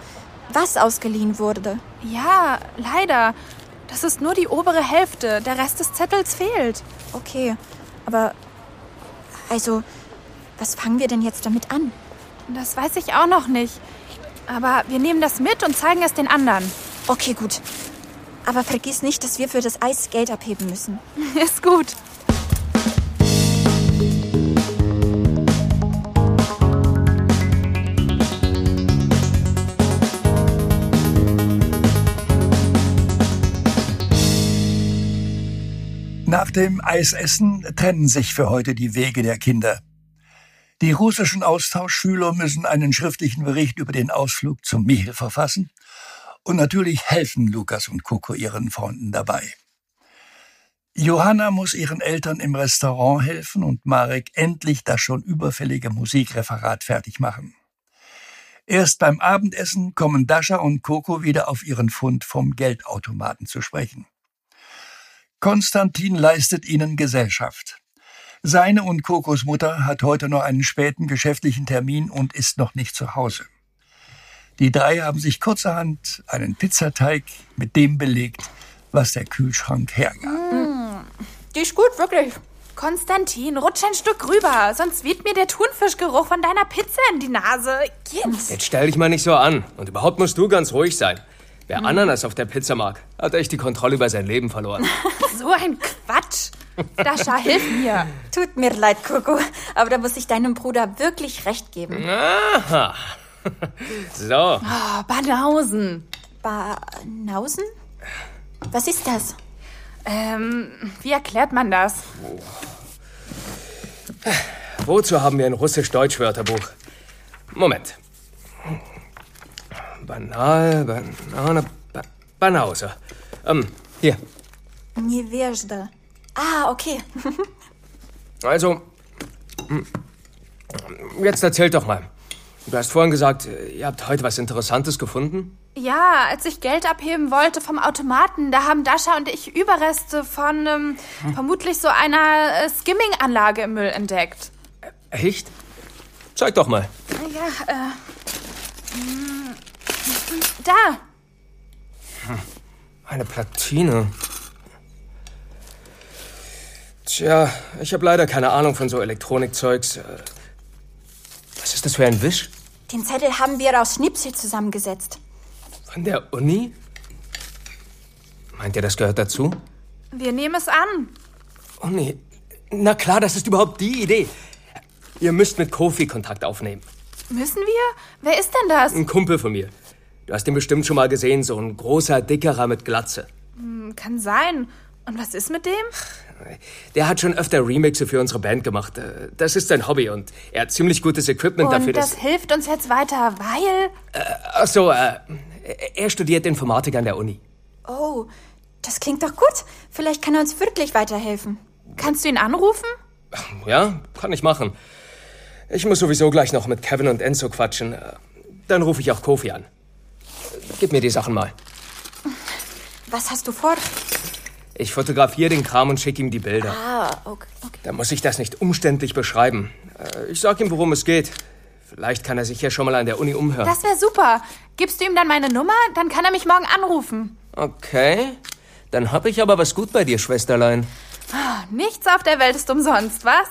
S8: was ausgeliehen wurde.
S3: Ja, leider. Das ist nur die obere Hälfte. Der Rest des Zettels fehlt.
S8: Okay, aber also, was fangen wir denn jetzt damit an?
S3: Das weiß ich auch noch nicht. Aber wir nehmen das mit und zeigen es den anderen.
S8: Okay, gut. Aber vergiss nicht, dass wir für das Eis Geld abheben müssen.
S3: Ist gut.
S7: Nach dem Eisessen trennen sich für heute die Wege der Kinder. Die russischen Austauschschüler müssen einen schriftlichen Bericht über den Ausflug zum Michel verfassen und natürlich helfen Lukas und Kuko ihren Freunden dabei. Johanna muss ihren Eltern im Restaurant helfen und Marek endlich das schon überfällige Musikreferat fertig machen. Erst beim Abendessen kommen Dascha und Coco wieder auf ihren Fund vom Geldautomaten zu sprechen. Konstantin leistet ihnen Gesellschaft. Seine und Kokos Mutter hat heute noch einen späten geschäftlichen Termin und ist noch nicht zu Hause. Die drei haben sich kurzerhand einen Pizzateig mit dem belegt, was der Kühlschrank hergab.
S3: Mm. Die ist gut, wirklich. Konstantin, rutsch ein Stück rüber, sonst weht mir der Thunfischgeruch von deiner Pizza in die Nase. Kind.
S18: Jetzt stell dich mal nicht so an. Und überhaupt musst du ganz ruhig sein. Wer Ananas auf der Pizza mag, hat echt die Kontrolle über sein Leben verloren.
S3: So ein Quatsch.
S8: Dascha, hilf mir. Tut mir leid, Coco, aber da muss ich deinem Bruder wirklich recht geben.
S18: Aha. So.
S3: Oh, Banausen.
S8: Banausen? Was ist das?
S3: Ähm, wie erklärt man das?
S18: Wozu haben wir ein Russisch-Deutsch-Wörterbuch? Moment. Banal, Banane, ba Banause. Ähm, hier.
S8: Niewierde. Ah, okay.
S18: Also, hm, jetzt erzähl doch mal. Du hast vorhin gesagt, ihr habt heute was Interessantes gefunden?
S3: Ja, als ich Geld abheben wollte vom Automaten, da haben Dascha und ich Überreste von ähm, vermutlich so einer äh, Skimming-Anlage im Müll entdeckt.
S18: Echt? Zeig doch mal.
S3: Ja, äh. mm, Da,
S18: Eine Platine. Tja, ich habe leider keine Ahnung von so Elektronikzeugs. Äh, Was ist das für ein Wisch?
S8: Den Zettel haben wir aus Schnipsel zusammengesetzt.
S18: Von der Uni? Meint ihr, das gehört dazu?
S3: wir nehmen es an.
S18: Uni? Oh, Na klar, das ist überhaupt die Idee. Ihr müsst mit Kofi Kontakt aufnehmen.
S3: Müssen wir? Wer ist denn das?
S18: Ein Kumpel von mir. Du hast ihn bestimmt schon mal gesehen, so ein großer, dickerer mit Glatze.
S3: Hm, Kann sein. Und was ist mit dem?
S18: Der hat schon öfter Remixe für unsere Band gemacht. Äh, Das ist sein Hobby und er hat ziemlich gutes Equipment
S3: Und
S18: dafür.
S3: das hilft uns jetzt weiter, weil.
S18: Ach so, äh, er studiert Informatik an der Uni.
S8: Oh, das klingt doch gut. Vielleicht kann er uns wirklich weiterhelfen.
S3: Kannst du ihn anrufen?
S18: Ja, kann ich machen. Ich muss sowieso gleich noch mit Kevin und Enzo quatschen. Äh, Dann rufe ich auch Kofi an. Äh, Gib mir die Sachen mal.
S8: Was hast du vor?
S18: Ich fotografiere den Kram und schicke ihm die Bilder.
S8: Ah, okay. okay.
S18: Da muss ich das nicht umständlich beschreiben. Äh, Ich sag ihm, worum es geht. Vielleicht kann er sich ja schon mal an der Uni umhören.
S3: Das wäre super. Gibst du ihm dann meine Nummer? Dann kann er mich morgen anrufen.
S18: Okay. Dann hab ich aber was gut bei dir, Schwesterlein.
S3: Ah, Nichts auf der Welt ist umsonst, was?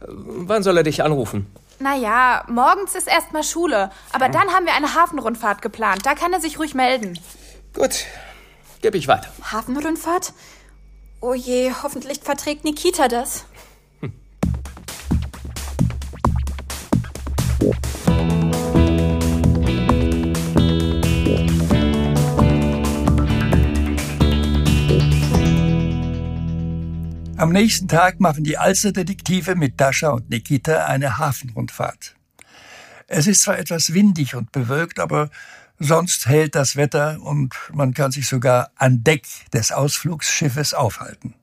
S18: Wann soll er dich anrufen?
S3: Naja, morgens ist erstmal Schule. Aber dann haben wir eine Hafenrundfahrt geplant. Da kann er sich ruhig melden.
S18: Gut. Gib ich weiter.
S8: Hafenrundfahrt? Oh je, hoffentlich verträgt Nikita das.
S7: Am nächsten Tag machen die Alsterdetektive mit Dascha und Nikita eine Hafenrundfahrt. Es ist zwar etwas windig und bewölkt, aber sonst hält das Wetter und man kann sich sogar an Deck des Ausflugsschiffes aufhalten.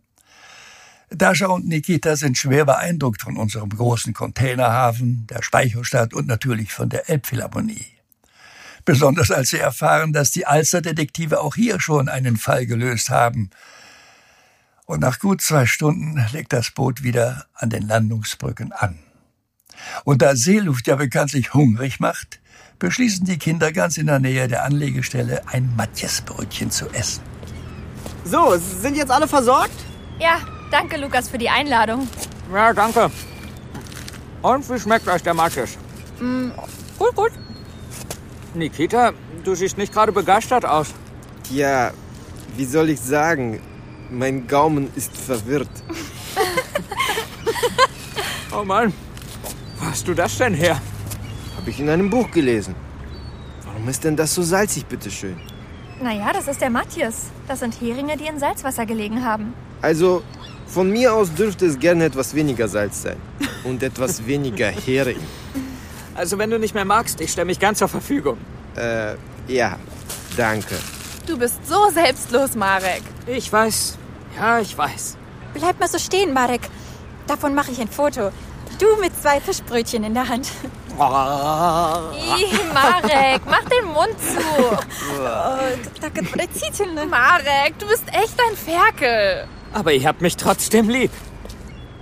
S7: Dascha und Nikita sind schwer beeindruckt von unserem großen Containerhafen, der Speicherstadt und natürlich von der Elbphilharmonie. Besonders als sie erfahren, dass die Alsterdetektive auch hier schon einen Fall gelöst haben, und nach gut zwei Stunden legt das Boot wieder an den Landungsbrücken an. Und da Seeluft ja bekanntlich hungrig macht, beschließen die Kinder ganz in der Nähe der Anlegestelle ein Matjesbrötchen zu essen.
S4: So, sind jetzt alle versorgt?
S12: Ja, danke Lukas für die Einladung.
S13: Ja, danke. Und wie schmeckt euch der Matjes?
S12: Mm, gut, gut.
S13: Nikita, du siehst nicht gerade begeistert aus.
S9: Ja, Wie soll ich sagen? Mein Gaumen ist verwirrt.
S13: Oh Mann, wo hast du das denn her?
S9: Habe ich in einem Buch gelesen. Warum ist denn das so salzig, bitteschön?
S12: Naja, das ist der Matthias. Das sind Heringe, die in Salzwasser gelegen haben.
S9: Also, von mir aus dürfte es gerne etwas weniger Salz sein. Und etwas weniger Hering.
S13: Also, wenn du nicht mehr magst, ich stelle mich ganz zur Verfügung.
S9: Äh, ja, danke.
S3: Du bist so selbstlos, Marek.
S13: Ich weiß. Ja, ich weiß.
S8: Bleib mal so stehen, Marek. Davon mache ich ein Foto. Du mit zwei Fischbrötchen in der Hand.
S13: Ah.
S3: Ih, Marek, mach den Mund zu. Marek, du bist echt ein Ferkel.
S13: Aber ihr habt mich trotzdem lieb.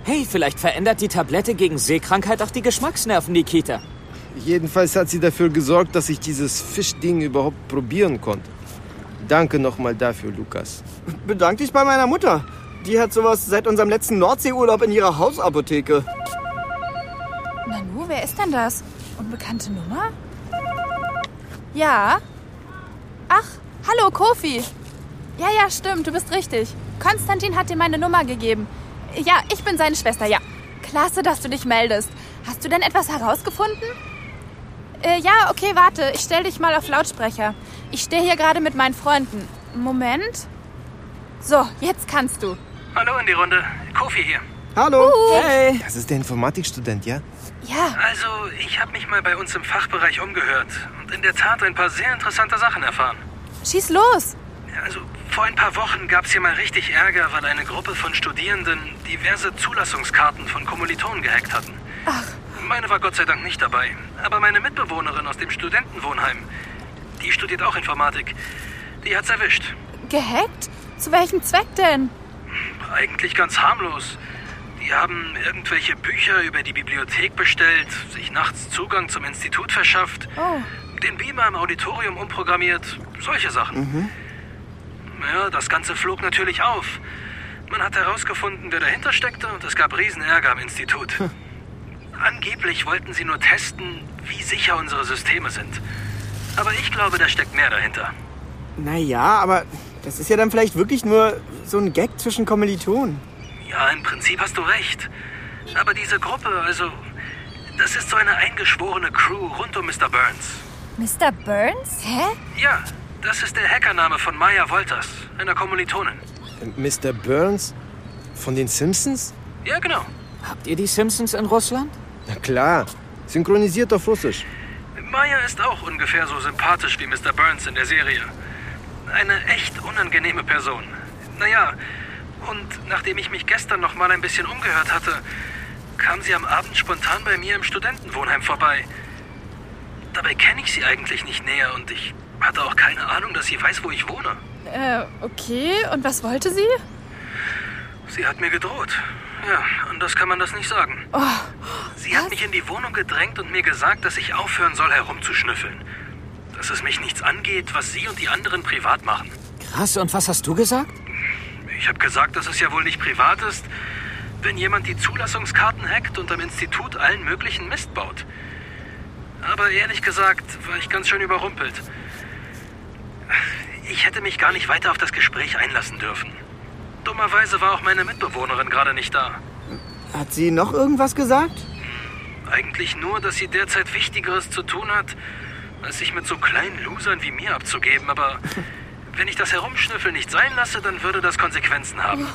S13: Hey, vielleicht verändert die Tablette gegen Seekrankheit auch die Geschmacksnerven, Nikita.
S9: Jedenfalls hat sie dafür gesorgt, dass ich dieses Fischding überhaupt probieren konnte. Danke nochmal dafür, Lukas.
S4: Bedank dich bei meiner Mutter. Die hat sowas seit unserem letzten Nordseeurlaub in ihrer Hausapotheke.
S3: Nanu, wer ist denn das? Unbekannte Nummer? Ja. Ach, hallo, Kofi. Ja, ja, stimmt, du bist richtig. Konstantin hat dir meine Nummer gegeben. Ja, ich bin seine Schwester, ja. Klasse, dass du dich meldest. Hast du denn etwas herausgefunden? Äh, ja, okay, warte. Ich stell dich mal auf Lautsprecher. Ich stehe hier gerade mit meinen Freunden. Moment. So, jetzt kannst du.
S19: Hallo in die Runde. Kofi hier.
S4: Hallo.
S9: Hey. Das ist der Informatikstudent, ja?
S3: Ja.
S19: Also, ich habe mich mal bei uns im Fachbereich umgehört und in der Tat ein paar sehr interessante Sachen erfahren.
S3: Schieß los.
S19: Also, vor ein paar Wochen gab es hier mal richtig Ärger, weil eine Gruppe von Studierenden diverse Zulassungskarten von Kommilitonen gehackt hatten.
S3: Ach.
S19: Meine war Gott sei Dank nicht dabei, aber meine Mitbewohnerin aus dem Studentenwohnheim, die studiert auch Informatik, die hat's erwischt.
S3: Gehackt? Zu welchem Zweck denn?
S19: Eigentlich ganz harmlos. Die haben irgendwelche Bücher über die Bibliothek bestellt, sich nachts Zugang zum Institut verschafft,
S3: Oh.
S19: den Beamer im Auditorium umprogrammiert, solche Sachen.
S3: Mhm.
S19: Ja, das Ganze flog natürlich auf. Man hat herausgefunden, wer dahinter steckte und es gab riesen Ärger am Institut. Angeblich wollten sie nur testen, wie sicher unsere Systeme sind. Aber ich glaube, da steckt mehr dahinter.
S4: Naja, aber das ist ja dann vielleicht wirklich nur so ein Gag zwischen Kommilitonen.
S19: Ja, im Prinzip hast du recht. Aber diese Gruppe, also, das ist so eine eingeschworene Crew rund um Mr. Burns.
S12: Mr. Burns? Hä?
S19: Ja, das ist der Hackername von Maya Wolters, einer Kommilitonin.
S9: Mr. Burns? Von den Simpsons?
S19: Ja, genau.
S13: Habt ihr die Simpsons in Russland?
S9: Na klar. Synchronisiert auf Russisch.
S19: Maya ist auch ungefähr so sympathisch wie Mr. Burns in der Serie. Eine echt unangenehme Person. Naja, und nachdem ich mich gestern noch mal ein bisschen umgehört hatte, kam sie am Abend spontan bei mir im Studentenwohnheim vorbei. Dabei kenne ich sie eigentlich nicht näher und ich hatte auch keine Ahnung, dass sie weiß, wo ich wohne.
S3: Äh, okay. Und was wollte sie?
S19: Sie hat mir gedroht. Ja, anders kann man das nicht sagen.
S3: Oh,
S19: sie hat mich in die Wohnung gedrängt und mir gesagt, dass ich aufhören soll, herumzuschnüffeln. Dass es mich nichts angeht, was sie und die anderen privat machen.
S13: Krass, und was hast du gesagt?
S19: Ich habe gesagt, dass es ja wohl nicht privat ist, wenn jemand die Zulassungskarten hackt und am Institut allen möglichen Mist baut. Aber ehrlich gesagt war ich ganz schön überrumpelt. Ich hätte mich gar nicht weiter auf das Gespräch einlassen dürfen. Dummerweise war auch meine Mitbewohnerin gerade nicht da.
S4: Hat sie noch irgendwas gesagt?
S19: Eigentlich nur, dass sie derzeit Wichtigeres zu tun hat, als sich mit so kleinen Losern wie mir abzugeben. Aber wenn ich das Herumschnüffeln nicht sein lasse, dann würde das Konsequenzen haben. Hm,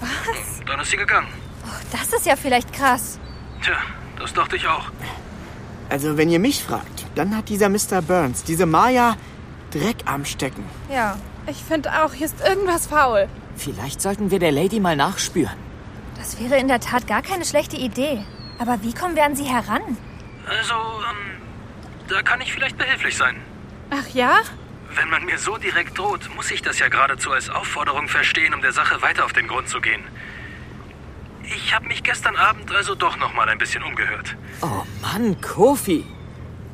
S12: Was?
S19: Dann ist sie gegangen.
S12: Das ist ja vielleicht krass.
S19: Tja, das dachte ich auch.
S4: Also, wenn ihr mich fragt, dann hat dieser Mr. Burns, diese Maya, Dreck am Stecken.
S3: Ja. Ich finde auch, hier Hm, ist irgendwas faul.
S13: Vielleicht sollten wir der Lady mal nachspüren.
S12: Das wäre in der Tat gar keine schlechte Idee. Aber wie kommen wir an sie heran?
S19: Also, ähm, da kann ich vielleicht behilflich sein.
S3: Ach ja?
S19: Wenn man mir so direkt droht, muss ich das ja geradezu als Aufforderung verstehen, um der Sache weiter auf den Grund zu gehen. Ich habe mich gestern Abend also doch noch mal ein bisschen umgehört.
S13: Oh Mann, Kofi.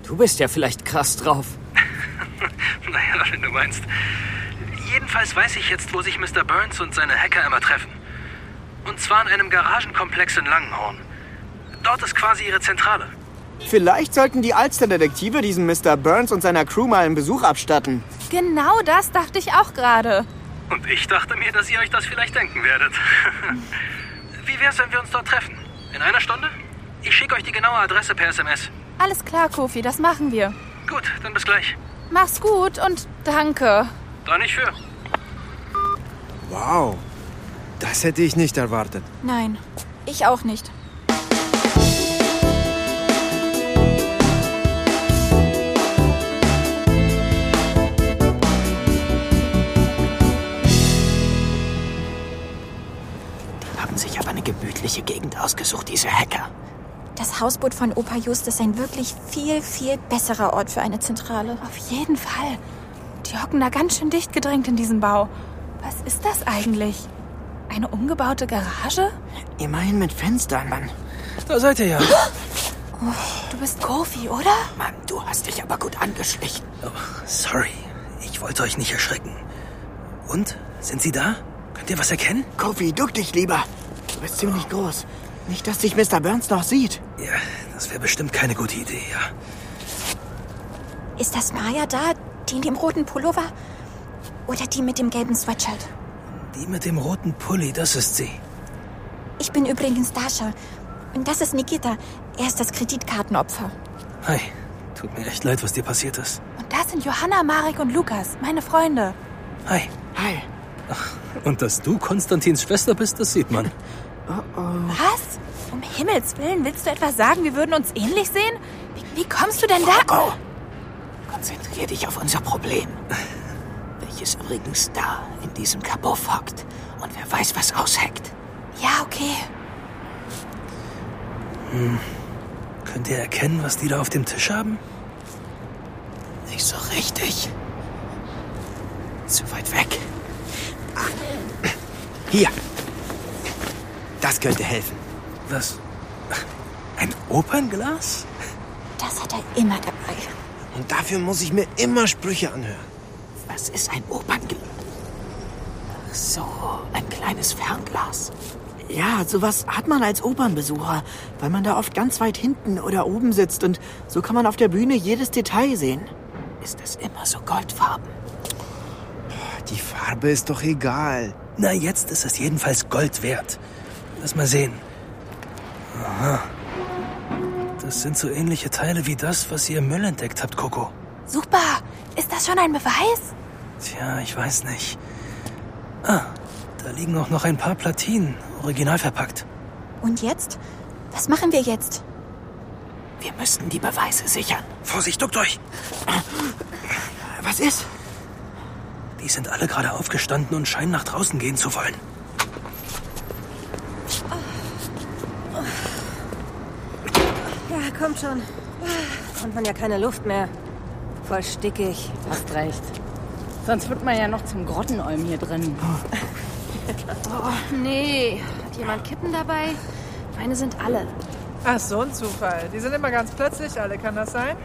S13: Du bist ja vielleicht krass drauf.
S19: Naja, wenn du meinst. Jedenfalls weiß ich jetzt, wo sich Mr. Burns und seine Hacker immer treffen. Und zwar in einem Garagenkomplex in Langenhorn. Dort ist quasi ihre Zentrale.
S4: Vielleicht sollten die Alster-Detektive diesem Mr. Burns und seiner Crew mal einen Besuch abstatten.
S3: Genau das dachte ich auch gerade.
S20: Und ich dachte mir, dass ihr euch das vielleicht denken werdet. Wie wär's, wenn wir uns dort treffen? In einer Stunde? Ich schicke euch die genaue Adresse per SMS.
S3: Alles klar, Kofi, das machen wir.
S20: Gut, dann bis gleich.
S3: Mach's gut und danke.
S20: Da nicht für.
S9: Wow, das hätte ich nicht erwartet.
S8: Nein, ich auch nicht.
S13: Haben sich aber eine gemütliche Gegend ausgesucht, diese Hacker.
S8: Das Hausboot von Opa Just ist ein wirklich viel, viel besserer Ort für eine Zentrale.
S3: Auf jeden Fall. Die hocken da ganz schön dicht gedrängt in diesem Bau. Was ist das eigentlich? Eine umgebaute Garage?
S13: Immerhin mit Fenstern, Mann. Da seid ihr ja.
S3: Oh, du bist Kofi, oder?
S13: Mann, du hast dich aber gut angeschlichen.
S19: Oh, Sorry, ich wollte euch nicht erschrecken. Und? Sind sie da? Könnt ihr was erkennen?
S4: Kofi, duck dich lieber. Du bist ziemlich groß. Nicht, dass dich Mr. Burns noch sieht.
S19: Ja, das wäre bestimmt keine gute Idee, ja.
S8: Ist das Maya da? Die in dem roten Pullover? Oder die mit dem gelben Sweatshirt?
S19: Die mit dem roten Pulli, das ist sie.
S8: Ich bin übrigens Dasha. Und das ist Nikita. Er ist das Kreditkartenopfer.
S19: Hi, tut mir echt leid, was dir passiert ist.
S3: Und das sind Johanna, Marek und Lukas, meine Freunde.
S19: Hi.
S4: Hi.
S19: Und dass du Konstantins Schwester bist, das sieht man.
S3: Was? Um Himmels Willen, willst du etwas sagen? Wir würden uns ähnlich sehen? Wie, wie kommst du denn da?
S13: Oh. Konzentrier dich auf unser Problem. Welches übrigens da in diesem Kabuff hockt und wer weiß, was ausheckt.
S3: Ja, okay.
S19: Hm. Könnt ihr erkennen, was die da auf dem Tisch haben?
S13: Nicht so richtig. Zu weit weg. Ach.
S9: Hier. Das könnte helfen.
S19: Was? Ein Opernglas?
S8: Das hat er immer dabei.
S9: Und dafür muss ich mir immer Sprüche anhören.
S13: Was ist ein Opernglas? Ach So, ein kleines Fernglas.
S4: Ja, sowas hat man als Opernbesucher, weil man da oft ganz weit hinten oder oben sitzt und so kann man auf der Bühne jedes Detail sehen.
S13: Ist das immer so goldfarben?
S9: Die Farbe ist doch egal.
S19: Na, jetzt ist es jedenfalls Gold wert. Lass mal sehen. Aha. Das sind so ähnliche Teile wie das, was ihr im Müll entdeckt habt, Coco.
S3: Super. Ist das schon ein Beweis?
S19: Tja, ich weiß nicht. Ah, da liegen auch noch ein paar Platinen, original verpackt.
S8: Und jetzt? Was machen wir jetzt?
S13: Wir müssten die Beweise sichern.
S19: Vorsicht, duckt euch!
S4: Was ist?
S19: Die sind alle gerade aufgestanden und scheinen nach draußen gehen zu wollen.
S1: Ja, kommt schon. Da Kommt man ja keine Luft mehr. Voll stickig.
S10: Hast recht. Sonst wird man ja noch zum Grottenolm hier drin. Oh, nee. Hat jemand Kippen dabei? Meine sind alle.
S21: Ach, so ein Zufall. Die sind immer ganz plötzlich alle, kann das sein?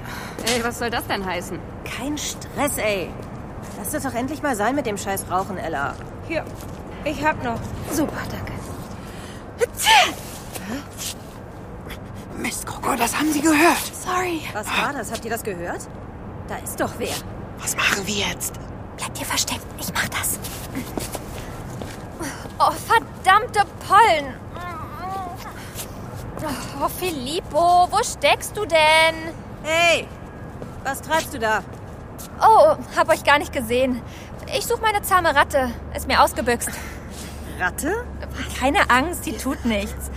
S10: Ey, was soll das denn heißen?
S1: Kein Stress, ey. Lass es doch endlich mal sein mit dem scheiß Rauchen, Ella.
S10: Hier, ich hab noch. Super, danke.
S4: Mist, Coco, das haben sie gehört.
S1: Sorry. Was war das? Habt ihr das gehört? Da ist doch wer.
S13: Was machen wir jetzt?
S1: Bleibt ihr versteckt. Ich mach das.
S12: Oh, verdammte Pollen! Oh, Filippo, wo steckst du denn?
S1: Hey, was treibst du da?
S12: Oh, hab euch gar nicht gesehen. Ich suche meine zahme Ratte. Ist mir ausgebüxt.
S1: Ratte?
S12: Keine Angst, die tut nichts.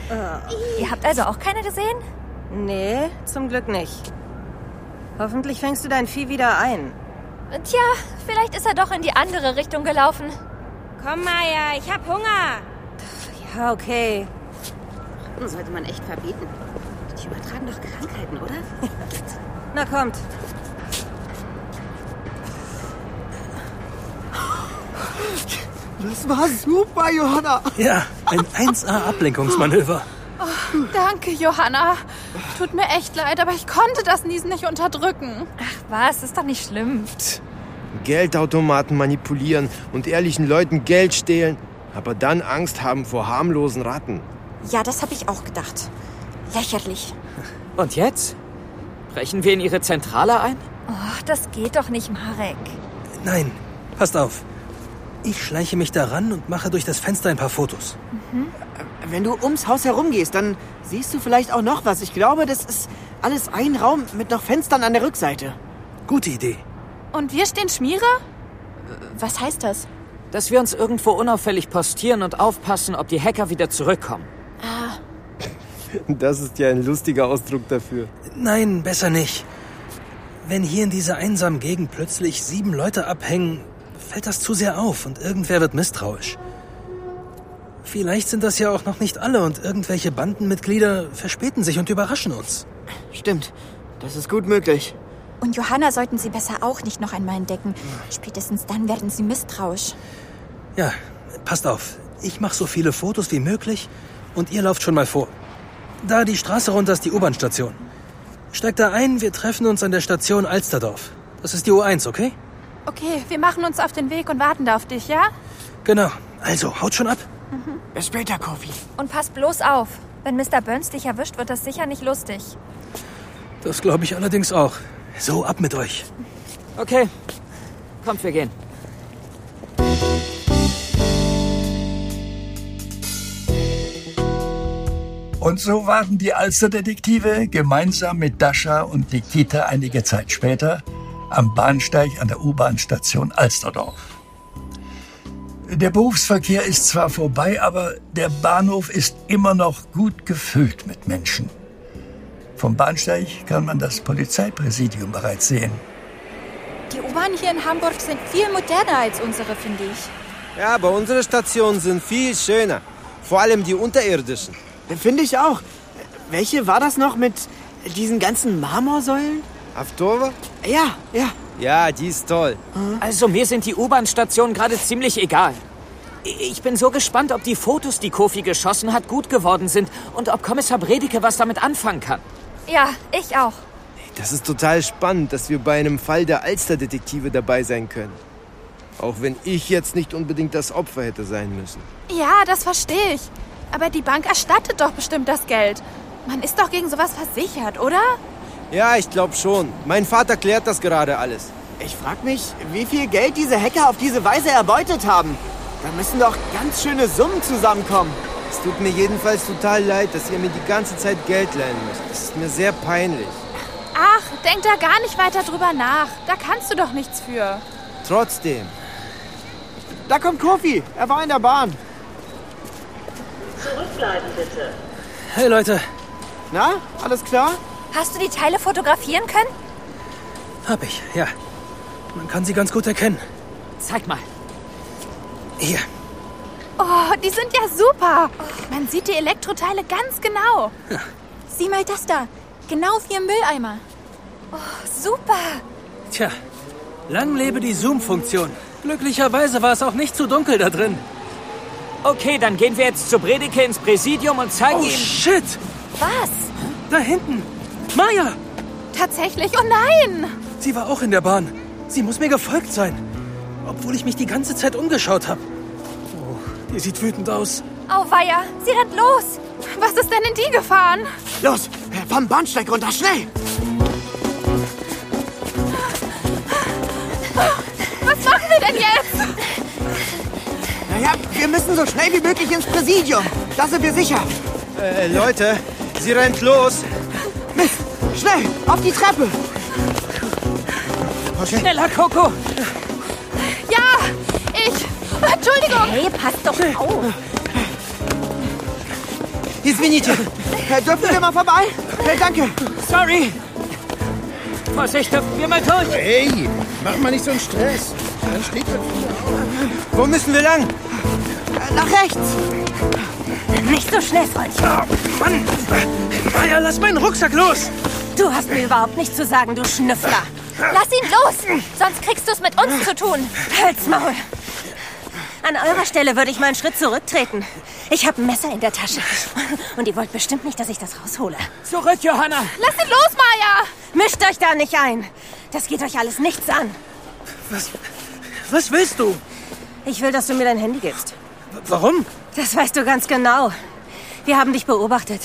S12: Ihr habt also auch keine gesehen?
S1: Äh. Nee, zum Glück nicht. Hoffentlich fängst du dein Vieh wieder ein.
S12: Tja, vielleicht ist er doch in die andere Richtung gelaufen. Komm, Maya, ich hab Hunger.
S1: Ja, okay.
S10: Ratten hm, sollte man echt verbieten. Die übertragen doch Krankheiten, oder?
S1: Na kommt.
S4: Das war super, Johanna.
S19: Ja, ein 1A-Ablenkungsmanöver.
S3: Oh, danke, Johanna. Tut mir echt leid, aber ich konnte das Niesen nicht unterdrücken.
S12: Ach was, ist doch nicht schlimm.
S9: Geldautomaten manipulieren und ehrlichen Leuten Geld stehlen, aber dann Angst haben vor harmlosen Ratten.
S8: Ja, das habe ich auch gedacht. Lächerlich.
S22: Und jetzt? Brechen wir in ihre Zentrale ein?
S12: Oh, Och, das geht doch nicht, Marek.
S19: Nein, passt auf. Ich schleiche mich daran und mache durch das Fenster ein paar Fotos.
S4: Wenn du ums Haus herumgehst, dann siehst du vielleicht auch noch was. Ich glaube, das ist alles ein Raum mit noch Fenstern an der Rückseite.
S19: Gute Idee.
S3: Und wir stehen Schmiere? Was heißt das?
S13: Dass wir uns irgendwo unauffällig postieren und aufpassen, ob die Hacker wieder zurückkommen.
S3: Ah,
S9: Das ist ja ein lustiger Ausdruck dafür.
S19: Nein, besser nicht. Wenn hier in dieser einsamen Gegend plötzlich sieben Leute abhängen, fällt das zu sehr auf und irgendwer wird misstrauisch. Vielleicht sind das ja auch noch nicht alle und irgendwelche Bandenmitglieder verspäten sich und überraschen uns.
S4: Stimmt, das ist gut möglich.
S8: Und Johanna sollten sie besser auch nicht noch einmal entdecken. Spätestens dann werden sie misstrauisch.
S19: Ja, passt auf. Ich mache so viele Fotos wie möglich und ihr lauft schon mal vor. Da die Straße runter ist die U-Bahn-Station. Steigt da ein, wir treffen uns an der Station Alsterdorf. Das ist die U1, okay?
S3: okay, wir machen uns auf den Weg und warten da auf dich, ja?
S19: Genau. Also, haut schon ab.
S4: Bis später, Kofi.
S12: Und pass bloß auf. Wenn Mr. Burns dich erwischt, wird das sicher nicht lustig.
S19: Das glaube ich allerdings auch. So, ab mit euch.
S13: Okay. Kommt, wir gehen.
S7: Und so waren die Alsterdetektive gemeinsam mit Dasha und Nikita einige Zeit später am Bahnsteig an der U-Bahn-Station Alsterdorf. Der Berufsverkehr ist zwar vorbei, aber der Bahnhof ist immer noch gut gefüllt mit Menschen. Vom Bahnsteig kann man das Polizeipräsidium bereits sehen.
S8: Die U-Bahn hier in Hamburg sind viel moderner als unsere, finde ich.
S9: Ja, aber unsere Stationen sind viel schöner. Vor allem die unterirdischen.
S4: Finde ich auch. Welche war das noch mit diesen ganzen Marmorsäulen?
S9: Avtova?
S4: Ja, ja.
S9: Ja, die ist toll.
S13: Also, mir sind die U-Bahn-Stationen gerade ziemlich egal. Ich bin so gespannt, ob die Fotos, die Kofi geschossen hat, gut geworden sind und ob Kommissar Bredeke was damit anfangen kann.
S12: Ja, ich auch.
S9: Das ist total spannend, dass wir bei einem Fall der Alsterdetektive dabei sein können. Auch wenn ich jetzt nicht unbedingt das Opfer hätte sein müssen.
S3: Ja, das verstehe ich. Aber die Bank erstattet doch bestimmt das Geld. Man ist doch gegen sowas versichert, oder?
S9: Ja, ich glaube schon. Mein Vater klärt das gerade alles.
S4: Ich frag mich, wie viel Geld diese Hacker auf diese Weise erbeutet haben. Da müssen doch ganz schöne Summen zusammenkommen.
S9: Es tut mir jedenfalls total leid, dass ihr mir die ganze Zeit Geld leihen müsst. Das ist mir sehr peinlich.
S3: Ach, denk da gar nicht weiter drüber nach. Da kannst du doch nichts für.
S9: Trotzdem.
S4: Da kommt Kofi. Er war in der Bahn.
S1: Zurückbleiben bitte.
S19: Hey Leute,
S4: Na, alles klar?
S12: Hast du die Teile fotografieren können?
S19: hab ich, ja. Man kann sie ganz gut erkennen.
S13: Zeig mal.
S19: Hier,
S3: Oh, die sind ja super. Man sieht die Elektroteile ganz genau.
S8: Sieh mal das da. Genau wie im Mülleimer.
S12: Oh, super.
S19: tja. Lang lebe die Zoom-Funktion. Glücklicherweise war es auch nicht zu dunkel da drin.
S13: Okay, dann gehen wir jetzt zu Bredeke ins Präsidium und zeigen
S19: Oh
S13: ihm.
S19: shit!
S3: Was?
S19: Da hinten! Maya!
S3: Tatsächlich? Oh nein!
S19: Sie war auch in der Bahn. Sie muss mir gefolgt sein. Obwohl ich mich die ganze Zeit umgeschaut habe. Oh, die sieht wütend aus.
S3: Auweia, sie rennt los. Was ist denn in die gefahren?
S4: Los, vom Bahnsteig runter, schnell!
S3: Was machen wir denn jetzt?
S4: Naja, wir müssen so schnell wie möglich ins Präsidium. Da sind wir sicher.
S9: Äh, Leute, sie rennt los.
S4: Mist, schnell, auf die Treppe.
S13: Schneller, Coco!
S3: Ja, ich. Entschuldigung.
S8: Hey, pass doch auf.
S4: Isvinite, dürfen wir mal vorbei? Äh, danke. Sorry.
S13: Vorsicht, hüpfen wir mal durch!
S23: Hey, mach mal nicht so einen Stress. Dann steht man wieder
S9: Wo müssen wir lang?
S4: Nach rechts.
S1: Nicht so schnell, Freundchen.
S19: Mann! Maya, lass meinen Rucksack los!
S1: Du hast mir überhaupt nichts zu sagen, du Schnüffler.
S12: Lass ihn los, sonst kriegst du es mit uns zu tun.
S1: Halt's Maul. An eurer Stelle würde ich mal einen Schritt zurücktreten. Ich habe ein Messer in der Tasche. Und ihr wollt bestimmt nicht, dass ich das raushole.
S13: Zurück, Johanna!
S3: Lass ihn los, Maya!
S1: Mischt euch da nicht ein. Das geht euch alles nichts an.
S19: Was, was willst du?
S1: Ich will, dass du mir dein Handy gibst.
S19: Warum?
S1: Das weißt du ganz genau. Wir haben dich beobachtet.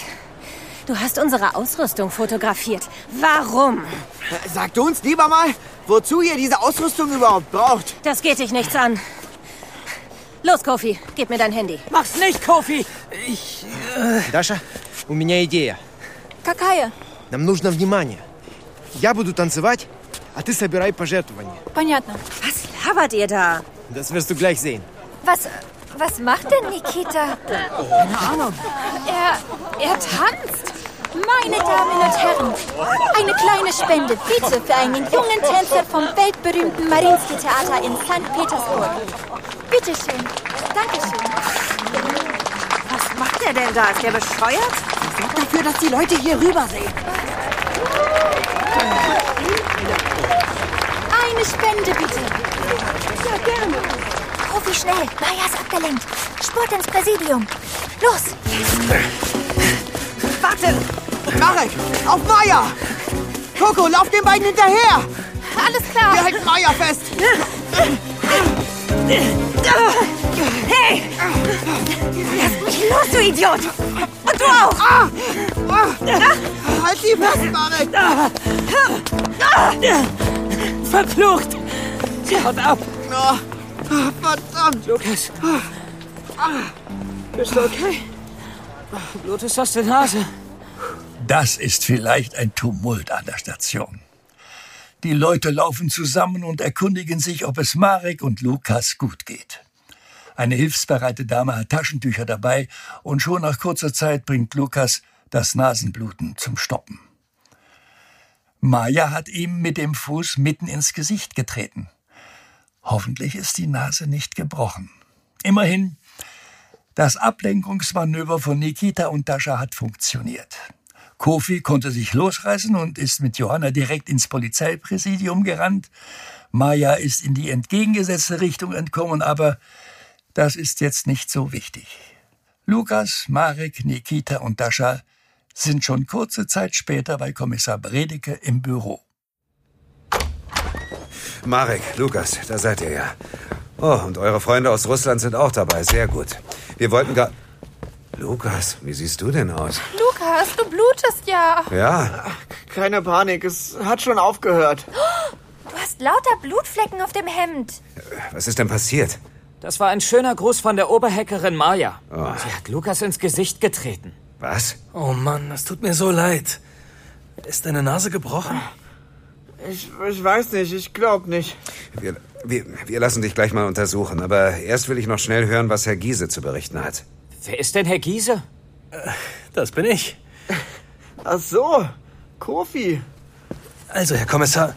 S1: Du hast unsere Ausrüstung fotografiert. Warum?
S4: Äh, Sagt uns lieber mal, wozu ihr diese Ausrüstung überhaupt braucht.
S1: Das geht dich nichts an. Los, Kofi, gib mir dein Handy.
S13: Mach's nicht, Kofi!
S1: Ich.
S9: Даша, у меня идея.
S8: Какая?
S9: Нам нужно внимание. Я буду танцевать, а ты собирай пожертвования.
S8: Понятно.
S1: Was labert ihr da?
S9: Das wirst du gleich sehen.
S12: Was, was macht denn Nikita?
S9: Keine Ahnung.
S12: Er, er tanzt. Meine Damen und Herren, eine kleine Spende bitte für einen jungen Tänzer vom weltberühmten Mariinsky-Theater in St. Petersburg. Bitte schön. Dankeschön.
S1: Was macht der denn da? Ist der bescheuert? Sorgt dafür, dass die Leute hier rüber sehen.
S12: Eine Spende bitte. Ja, gerne. Profi, schnell. Maya ist abgelenkt. Sport ins Präsidium. Los.
S4: Warte! Marek, auf Maya! Coco, lauf den beiden hinterher!
S3: Alles klar!
S4: Wir halten Maya fest!
S1: Hey! Lass mich los, du Idiot! Und du auch!
S4: Halt sie fest, Marek!
S24: Verflucht! Sie haut ab!
S19: Oh,
S4: Verdammt!
S24: Lukas!
S19: Ah.
S4: Bist du okay?
S24: Blutest aus der Nase.
S7: Das ist vielleicht ein Tumult an der Station. Die Leute laufen zusammen und erkundigen sich, ob es Marek und Lukas gut geht. Eine hilfsbereite Dame hat Taschentücher dabei und schon nach kurzer Zeit bringt Lukas das Nasenbluten zum Stoppen. Maja hat ihm mit dem Fuß mitten ins Gesicht getreten. Hoffentlich ist die Nase nicht gebrochen. Immerhin, das Ablenkungsmanöver von Nikita und Dasha hat funktioniert. Kofi konnte sich losreißen und ist mit Johanna direkt ins Polizeipräsidium gerannt. Maya ist in die entgegengesetzte Richtung entkommen, aber das ist jetzt nicht so wichtig. Lukas, Marek, Nikita und Dasha sind schon kurze Zeit später bei Kommissar Bredeke im Büro.
S17: Marek, Lukas, da seid ihr ja. Oh, und eure Freunde aus Russland sind auch dabei. Sehr gut. Wir wollten gar. Lukas, wie siehst du denn aus?
S3: Lukas, du blutest ja.
S17: Ja.
S4: Keine Panik, es hat schon aufgehört.
S12: Du hast lauter Blutflecken auf dem Hemd.
S17: Was ist denn passiert?
S13: Das war ein schöner Gruß von der Oberhackerin Maya.
S17: Oh.
S13: Sie hat Lukas ins Gesicht getreten.
S17: Was?
S25: Oh Mann, das tut mir so leid. Ist deine Nase gebrochen?
S4: Ich, ich weiß nicht, ich glaub nicht.
S17: Wir, wir, wir lassen dich gleich mal untersuchen, aber erst will ich noch schnell hören, was Herr Giese zu berichten hat.
S13: Wer ist denn Herr Giese?
S25: Äh, Das bin ich.
S4: Ach so, Kofi.
S25: Also, Herr Kommissar,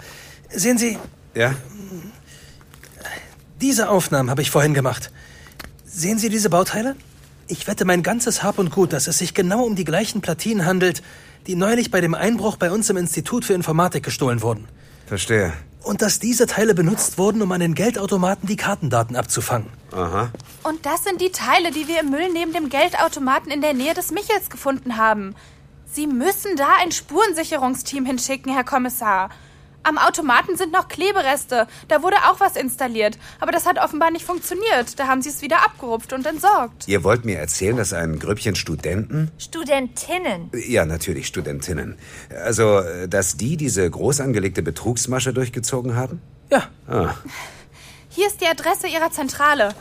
S25: sehen Sie,
S17: Ja?
S25: diese Aufnahmen habe ich vorhin gemacht. Sehen Sie diese Bauteile? Ich wette mein ganzes Hab und Gut, dass es sich genau um die gleichen Platinen handelt, die neulich bei dem Einbruch bei uns im Institut für Informatik gestohlen wurden.
S17: Verstehe.
S25: Und dass diese Teile benutzt wurden, um an den Geldautomaten die Kartendaten abzufangen.
S17: Aha.
S3: Und das sind die Teile, die wir im Müll neben dem Geldautomaten in der Nähe des Michels gefunden haben. Sie müssen da ein Spurensicherungsteam hinschicken, Herr Kommissar. Am Automaten sind noch Klebereste. Da wurde auch was installiert. Aber das hat offenbar nicht funktioniert. Da haben sie es wieder abgerupft und entsorgt.
S17: Ihr wollt mir erzählen, dass ein Grüppchen Studenten?
S12: Studentinnen.
S17: Ja, natürlich Studentinnen. Also, dass die diese groß angelegte Betrugsmasche durchgezogen haben?
S25: Ja.
S17: Ah.
S3: Hier ist die Adresse Ihrer Zentrale.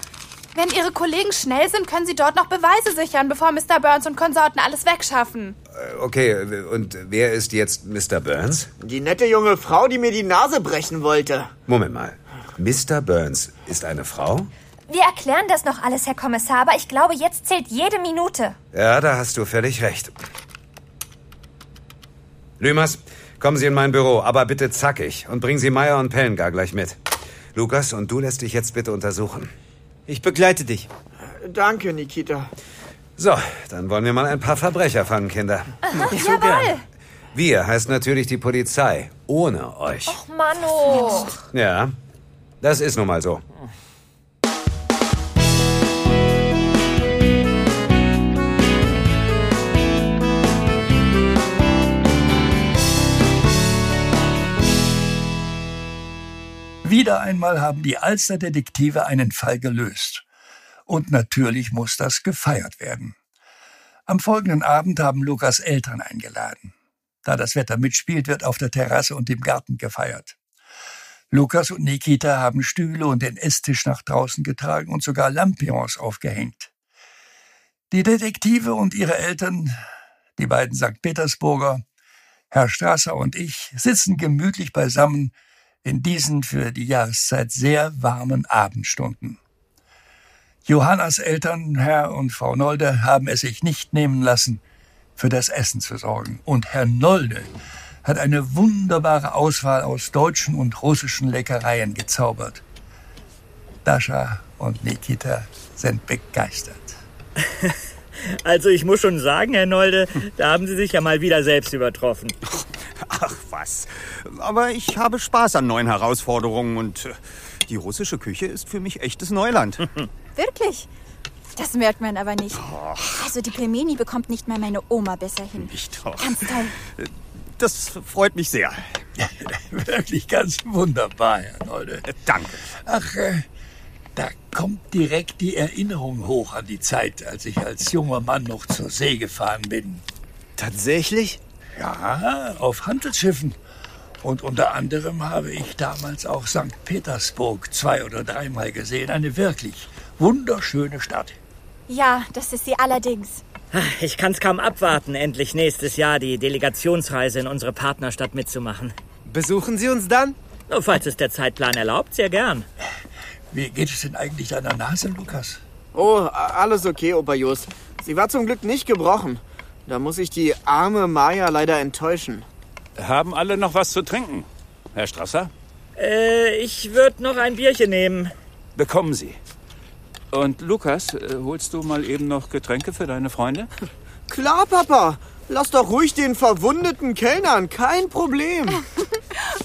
S3: Wenn Ihre Kollegen schnell sind, können Sie dort noch Beweise sichern, bevor Mr. Burns und Konsorten alles wegschaffen.
S17: Äh, Okay, und wer ist jetzt Mr. Burns?
S4: Die nette junge Frau, die mir die Nase brechen wollte.
S17: Moment mal. Mr. Burns ist eine Frau?
S12: Wir erklären das noch alles, Herr Kommissar, aber ich glaube, jetzt zählt jede Minute.
S17: Ja, da hast du völlig recht. Lümas, kommen Sie in mein Büro, aber bitte zackig und bringen Sie Meier und Pellengar gleich mit. Lukas, und du lässt dich jetzt bitte untersuchen.
S9: Ich begleite dich.
S4: Danke, Nikita.
S17: So, dann wollen wir mal ein paar Verbrecher fangen, Kinder.
S3: Jawohl.
S17: Wir heißt natürlich die Polizei, ohne euch.
S12: Mano.
S17: Ja, das ist nun mal so.
S7: Wieder einmal haben die Alster-Detektive einen Fall gelöst. Und natürlich muss das gefeiert werden. Am folgenden Abend haben Lukas Eltern eingeladen. Da das Wetter mitspielt, wird auf der Terrasse und im Garten gefeiert. Lukas und Nikita haben Stühle und den Esstisch nach draußen getragen und sogar Lampions aufgehängt. Die Detektive und ihre Eltern, die beiden St. Petersburger, Herr Strasser und ich, sitzen gemütlich beisammen in diesen für die Jahreszeit sehr warmen Abendstunden. Johannas Eltern, Herr und Frau Nolde, haben es sich nicht nehmen lassen, für das Essen zu sorgen. Und Herr Nolde hat eine wunderbare Auswahl aus deutschen und russischen Leckereien gezaubert. Dascha und Nikita sind begeistert.
S15: Also ich muss schon sagen, Herr Nolde, da haben Sie sich ja mal wieder selbst übertroffen.
S5: Ach was. Aber ich habe Spaß an neuen Herausforderungen und äh, die russische Küche ist für mich echtes Neuland.
S8: Wirklich? Das merkt man aber nicht. Also die Pelmeni bekommt nicht mal meine Oma besser hin.
S5: Nicht doch.
S8: Ganz toll.
S5: Das freut mich sehr.
S7: Wirklich ganz wunderbar, Herr Nolde.
S5: Danke.
S7: Ach, äh, da kommt direkt die Erinnerung hoch an die Zeit, als ich als junger Mann noch zur See gefahren bin.
S5: Tatsächlich?
S7: Ja, auf Handelsschiffen. Und unter anderem habe ich damals auch St. Petersburg zwei oder dreimal gesehen. Eine wirklich wunderschöne Stadt.
S8: Ja, das ist sie allerdings.
S15: Ach, Ich kann's kaum abwarten, endlich nächstes Jahr die Delegationsreise in unsere Partnerstadt mitzumachen. Oh,
S9: Besuchen Sie uns dann?
S15: Falls es der Zeitplan erlaubt, sehr gern.
S7: Wie geht es denn eigentlich deiner Nase, Lukas?
S4: Oh, a- alles okay, Opa Jos. Sie war zum Glück nicht gebrochen. Da muss ich die arme Maya leider enttäuschen.
S16: Haben alle noch was zu trinken? Herr Strasser?
S15: Äh, ich würde noch ein Bierchen nehmen.
S16: Bekommen Sie. Und Lukas, äh, holst du mal eben noch Getränke für deine Freunde?
S4: Klar, Papa. Lass doch ruhig den verwundeten Kellnern. Kein Problem.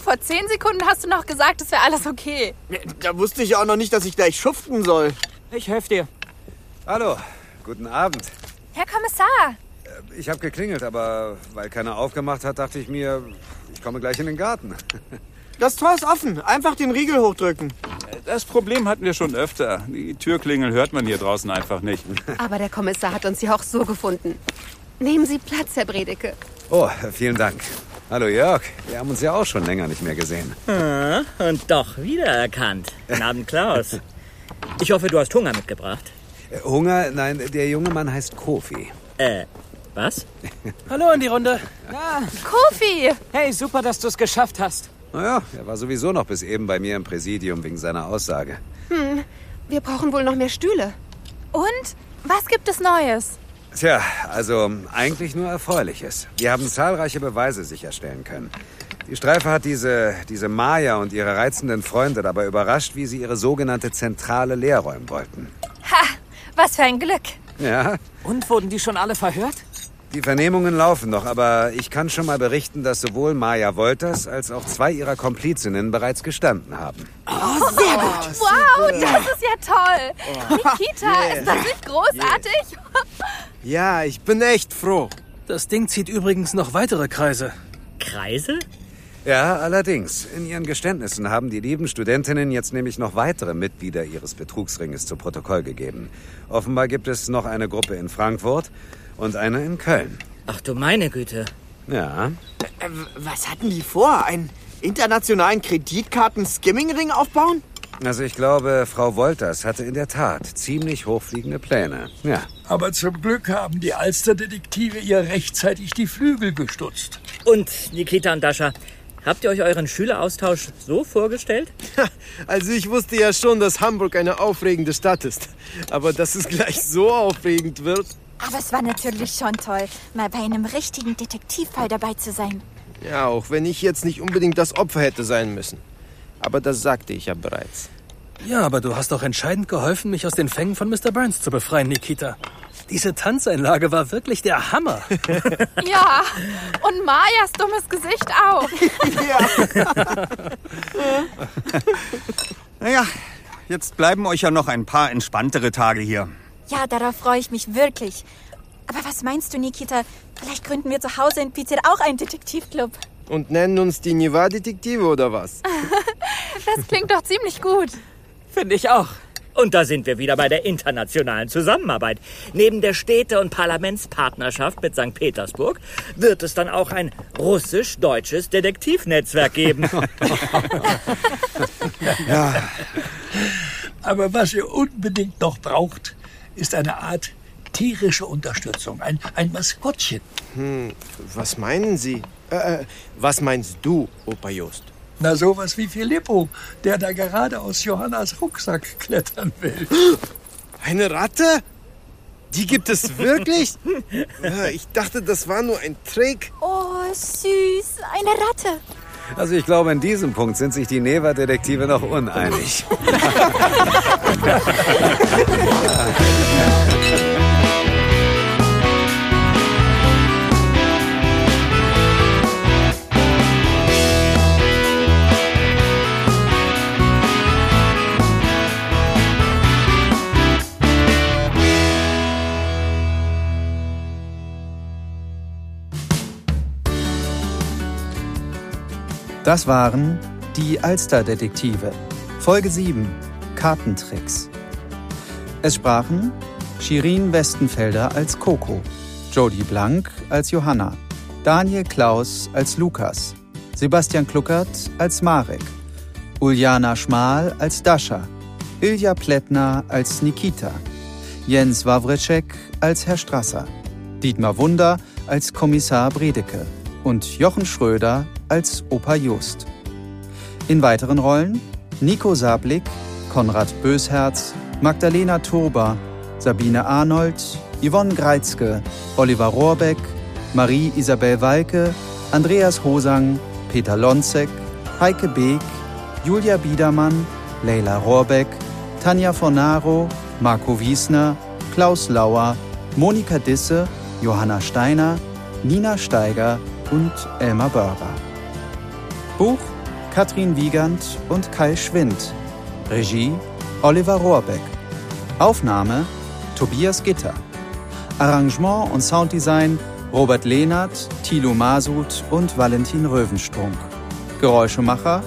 S3: Vor zehn Sekunden hast du noch gesagt, es wäre alles okay.
S4: Äh, Da wusste ich auch noch nicht, dass ich gleich schuften soll.
S9: Ich helfe dir.
S17: Hallo, guten Abend.
S26: Herr Kommissar,
S17: Ich habe geklingelt, aber weil keiner aufgemacht hat, dachte ich mir, ich komme gleich in den Garten.
S4: Das Tor ist offen. Einfach den Riegel hochdrücken.
S16: Das Problem hatten wir schon öfter. Die Türklingel hört man hier draußen einfach nicht.
S6: Aber der Kommissar hat uns ja auch so gefunden. Nehmen Sie Platz, Herr Bredeke.
S17: Oh, vielen Dank. Hallo Jörg, wir haben uns ja auch schon länger nicht mehr gesehen.
S15: Ah, und doch wiedererkannt. Guten Abend, Klaus. Ich hoffe, du hast Hunger mitgebracht.
S17: Äh, Hunger? Nein, der junge Mann heißt Kofi.
S15: Äh, was?
S24: Hallo in die Runde.
S13: Ja.
S24: Kofi!
S13: Ah. Hey, super, dass du es geschafft hast.
S17: Naja, er war sowieso noch bis eben bei mir im Präsidium wegen seiner Aussage.
S6: Hm, wir brauchen wohl noch mehr Stühle.
S3: Und? Was gibt es Neues?
S17: Tja, also eigentlich nur Erfreuliches. Wir haben zahlreiche Beweise sicherstellen können. Die Streife hat diese, diese Maya und ihre reizenden Freunde dabei überrascht, wie sie ihre sogenannte Zentrale leerräumen wollten.
S26: was für ein Glück.
S17: Ja,
S13: Und wurden die schon alle verhört?
S17: die Vernehmungen laufen noch, aber ich kann schon mal berichten, dass sowohl Maya Wolters als auch zwei ihrer Komplizinnen bereits gestanden haben.
S3: Oh, sehr gut. Wow, das ist ja toll.
S6: Oh,
S3: Nikita,
S24: Yeah.
S3: ist das nicht großartig?
S24: Ja, ich bin echt froh. Das Ding zieht übrigens noch weitere Kreise.
S15: Kreise?
S17: Ja, allerdings. In ihren Geständnissen haben die lieben Studentinnen jetzt nämlich noch weitere Mitglieder ihres Betrugsringes zu Protokoll gegeben. Offenbar gibt es noch eine Gruppe in Frankfurt und eine in Köln.
S15: Ach du meine Güte.
S17: Ja.
S4: Äh, was hatten die vor? Einen internationalen Kreditkarten-Skimming-Ring aufbauen?
S17: Also ich glaube, Frau Wolters hatte in der Tat ziemlich hochfliegende Pläne. Ja.
S7: Aber zum Glück haben die Alsterdetektive ihr rechtzeitig die Flügel gestutzt.
S15: Und Nikita und Dascha, habt ihr euch euren Schüleraustausch so vorgestellt?
S24: Also ich wusste ja schon, dass Hamburg eine aufregende Stadt ist. Aber dass es gleich so aufregend wird.
S8: Aber es war natürlich schon toll, mal bei einem richtigen Detektivfall dabei zu sein.
S24: Ja, auch wenn ich jetzt nicht unbedingt das Opfer hätte sein müssen. Aber das sagte ich ja bereits.
S25: Ja, aber du hast doch entscheidend geholfen, mich aus den Fängen von Mr. Burns zu befreien, Nikita. Diese Tanzeinlage war wirklich der Hammer.
S3: Ja, und Mayas dummes Gesicht auch.
S5: Naja, jetzt bleiben euch ja noch ein paar entspanntere Tage hier.
S8: Ja, darauf freue ich mich wirklich. Aber was meinst du, Nikita? Vielleicht gründen wir zu Hause in Pizza auch einen Detektivclub.
S24: Und nennen uns die Niva-Detektive oder was?
S3: Das klingt doch ziemlich gut.
S13: Finde ich auch.
S15: Und da sind wir wieder bei der internationalen Zusammenarbeit. Neben der Städte- und Parlamentspartnerschaft mit St. Petersburg wird es dann auch ein russisch-deutsches Detektivnetzwerk geben.
S7: Ja. Aber was ihr unbedingt noch braucht, ist eine Art tierische Unterstützung, ein, ein Maskottchen.
S9: Hm, was meinen Sie? Äh, äh, was meinst du, Opa Just?
S7: Na, sowas wie Filippo, der da gerade aus Johannas Rucksack klettern will.
S9: Eine Ratte? Die gibt es wirklich? Äh, ich dachte, das war nur ein Trick.
S12: Oh, süß. Eine Ratte.
S17: Also ich glaube, in diesem Punkt sind sich die Neva-Detektive noch uneinig.
S11: Das waren die Alsterdetektive. Folge 7 Kartentricks. Es sprachen Shirin Westenfelder als Coco, Jodie Blank als Johanna, Daniel Klaus als Lukas, Sebastian Kluckert als Marek, Uljana Schmal als Dascha, Ilja Plättner als Nikita, Jens Wawritschek als Herr Strasser, Dietmar Wunder als Kommissar Bredeke und Jochen Schröder als Opa Jost. In weiteren Rollen Nico Sablik, Konrad Bösherz, Magdalena Turba, Sabine Arnold, Yvonne Greizke, Oliver Rohrbeck, Marie-Isabel Walke, Andreas Hosang, Peter Lonzek, Heike Beek, Julia Biedermann, Leila Rohrbeck, Tanja Fornaro, Marco Wiesner, Klaus Lauer, Monika Disse, Johanna Steiner, Nina Steiger und Elmar Börger. Buch Katrin Wiegand und Kai Schwind. Regie Oliver Rohrbeck. Aufnahme Tobias Gitter. Arrangement und Sounddesign Robert Lehnert, Thilo Masud und Valentin Röwenstrunk. Geräuschemacher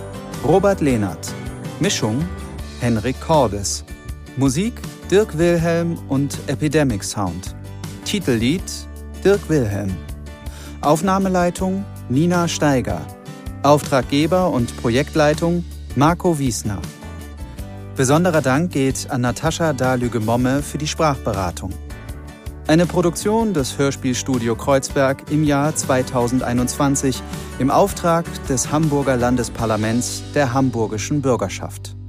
S11: Robert Lehnert. Mischung Henrik Cordes. Musik Dirk Wilhelm und Epidemic Sound. Titellied Dirk Wilhelm. Aufnahmeleitung Nina Steiger. Auftraggeber und Projektleitung Marco Wiesner. Besonderer Dank geht an Natascha Dalüge-Momme für die Sprachberatung. Eine Produktion des Hörspielstudio Kreuzberg im Jahr 2021 im Auftrag des Hamburger Landesparlaments der hamburgischen Bürgerschaft.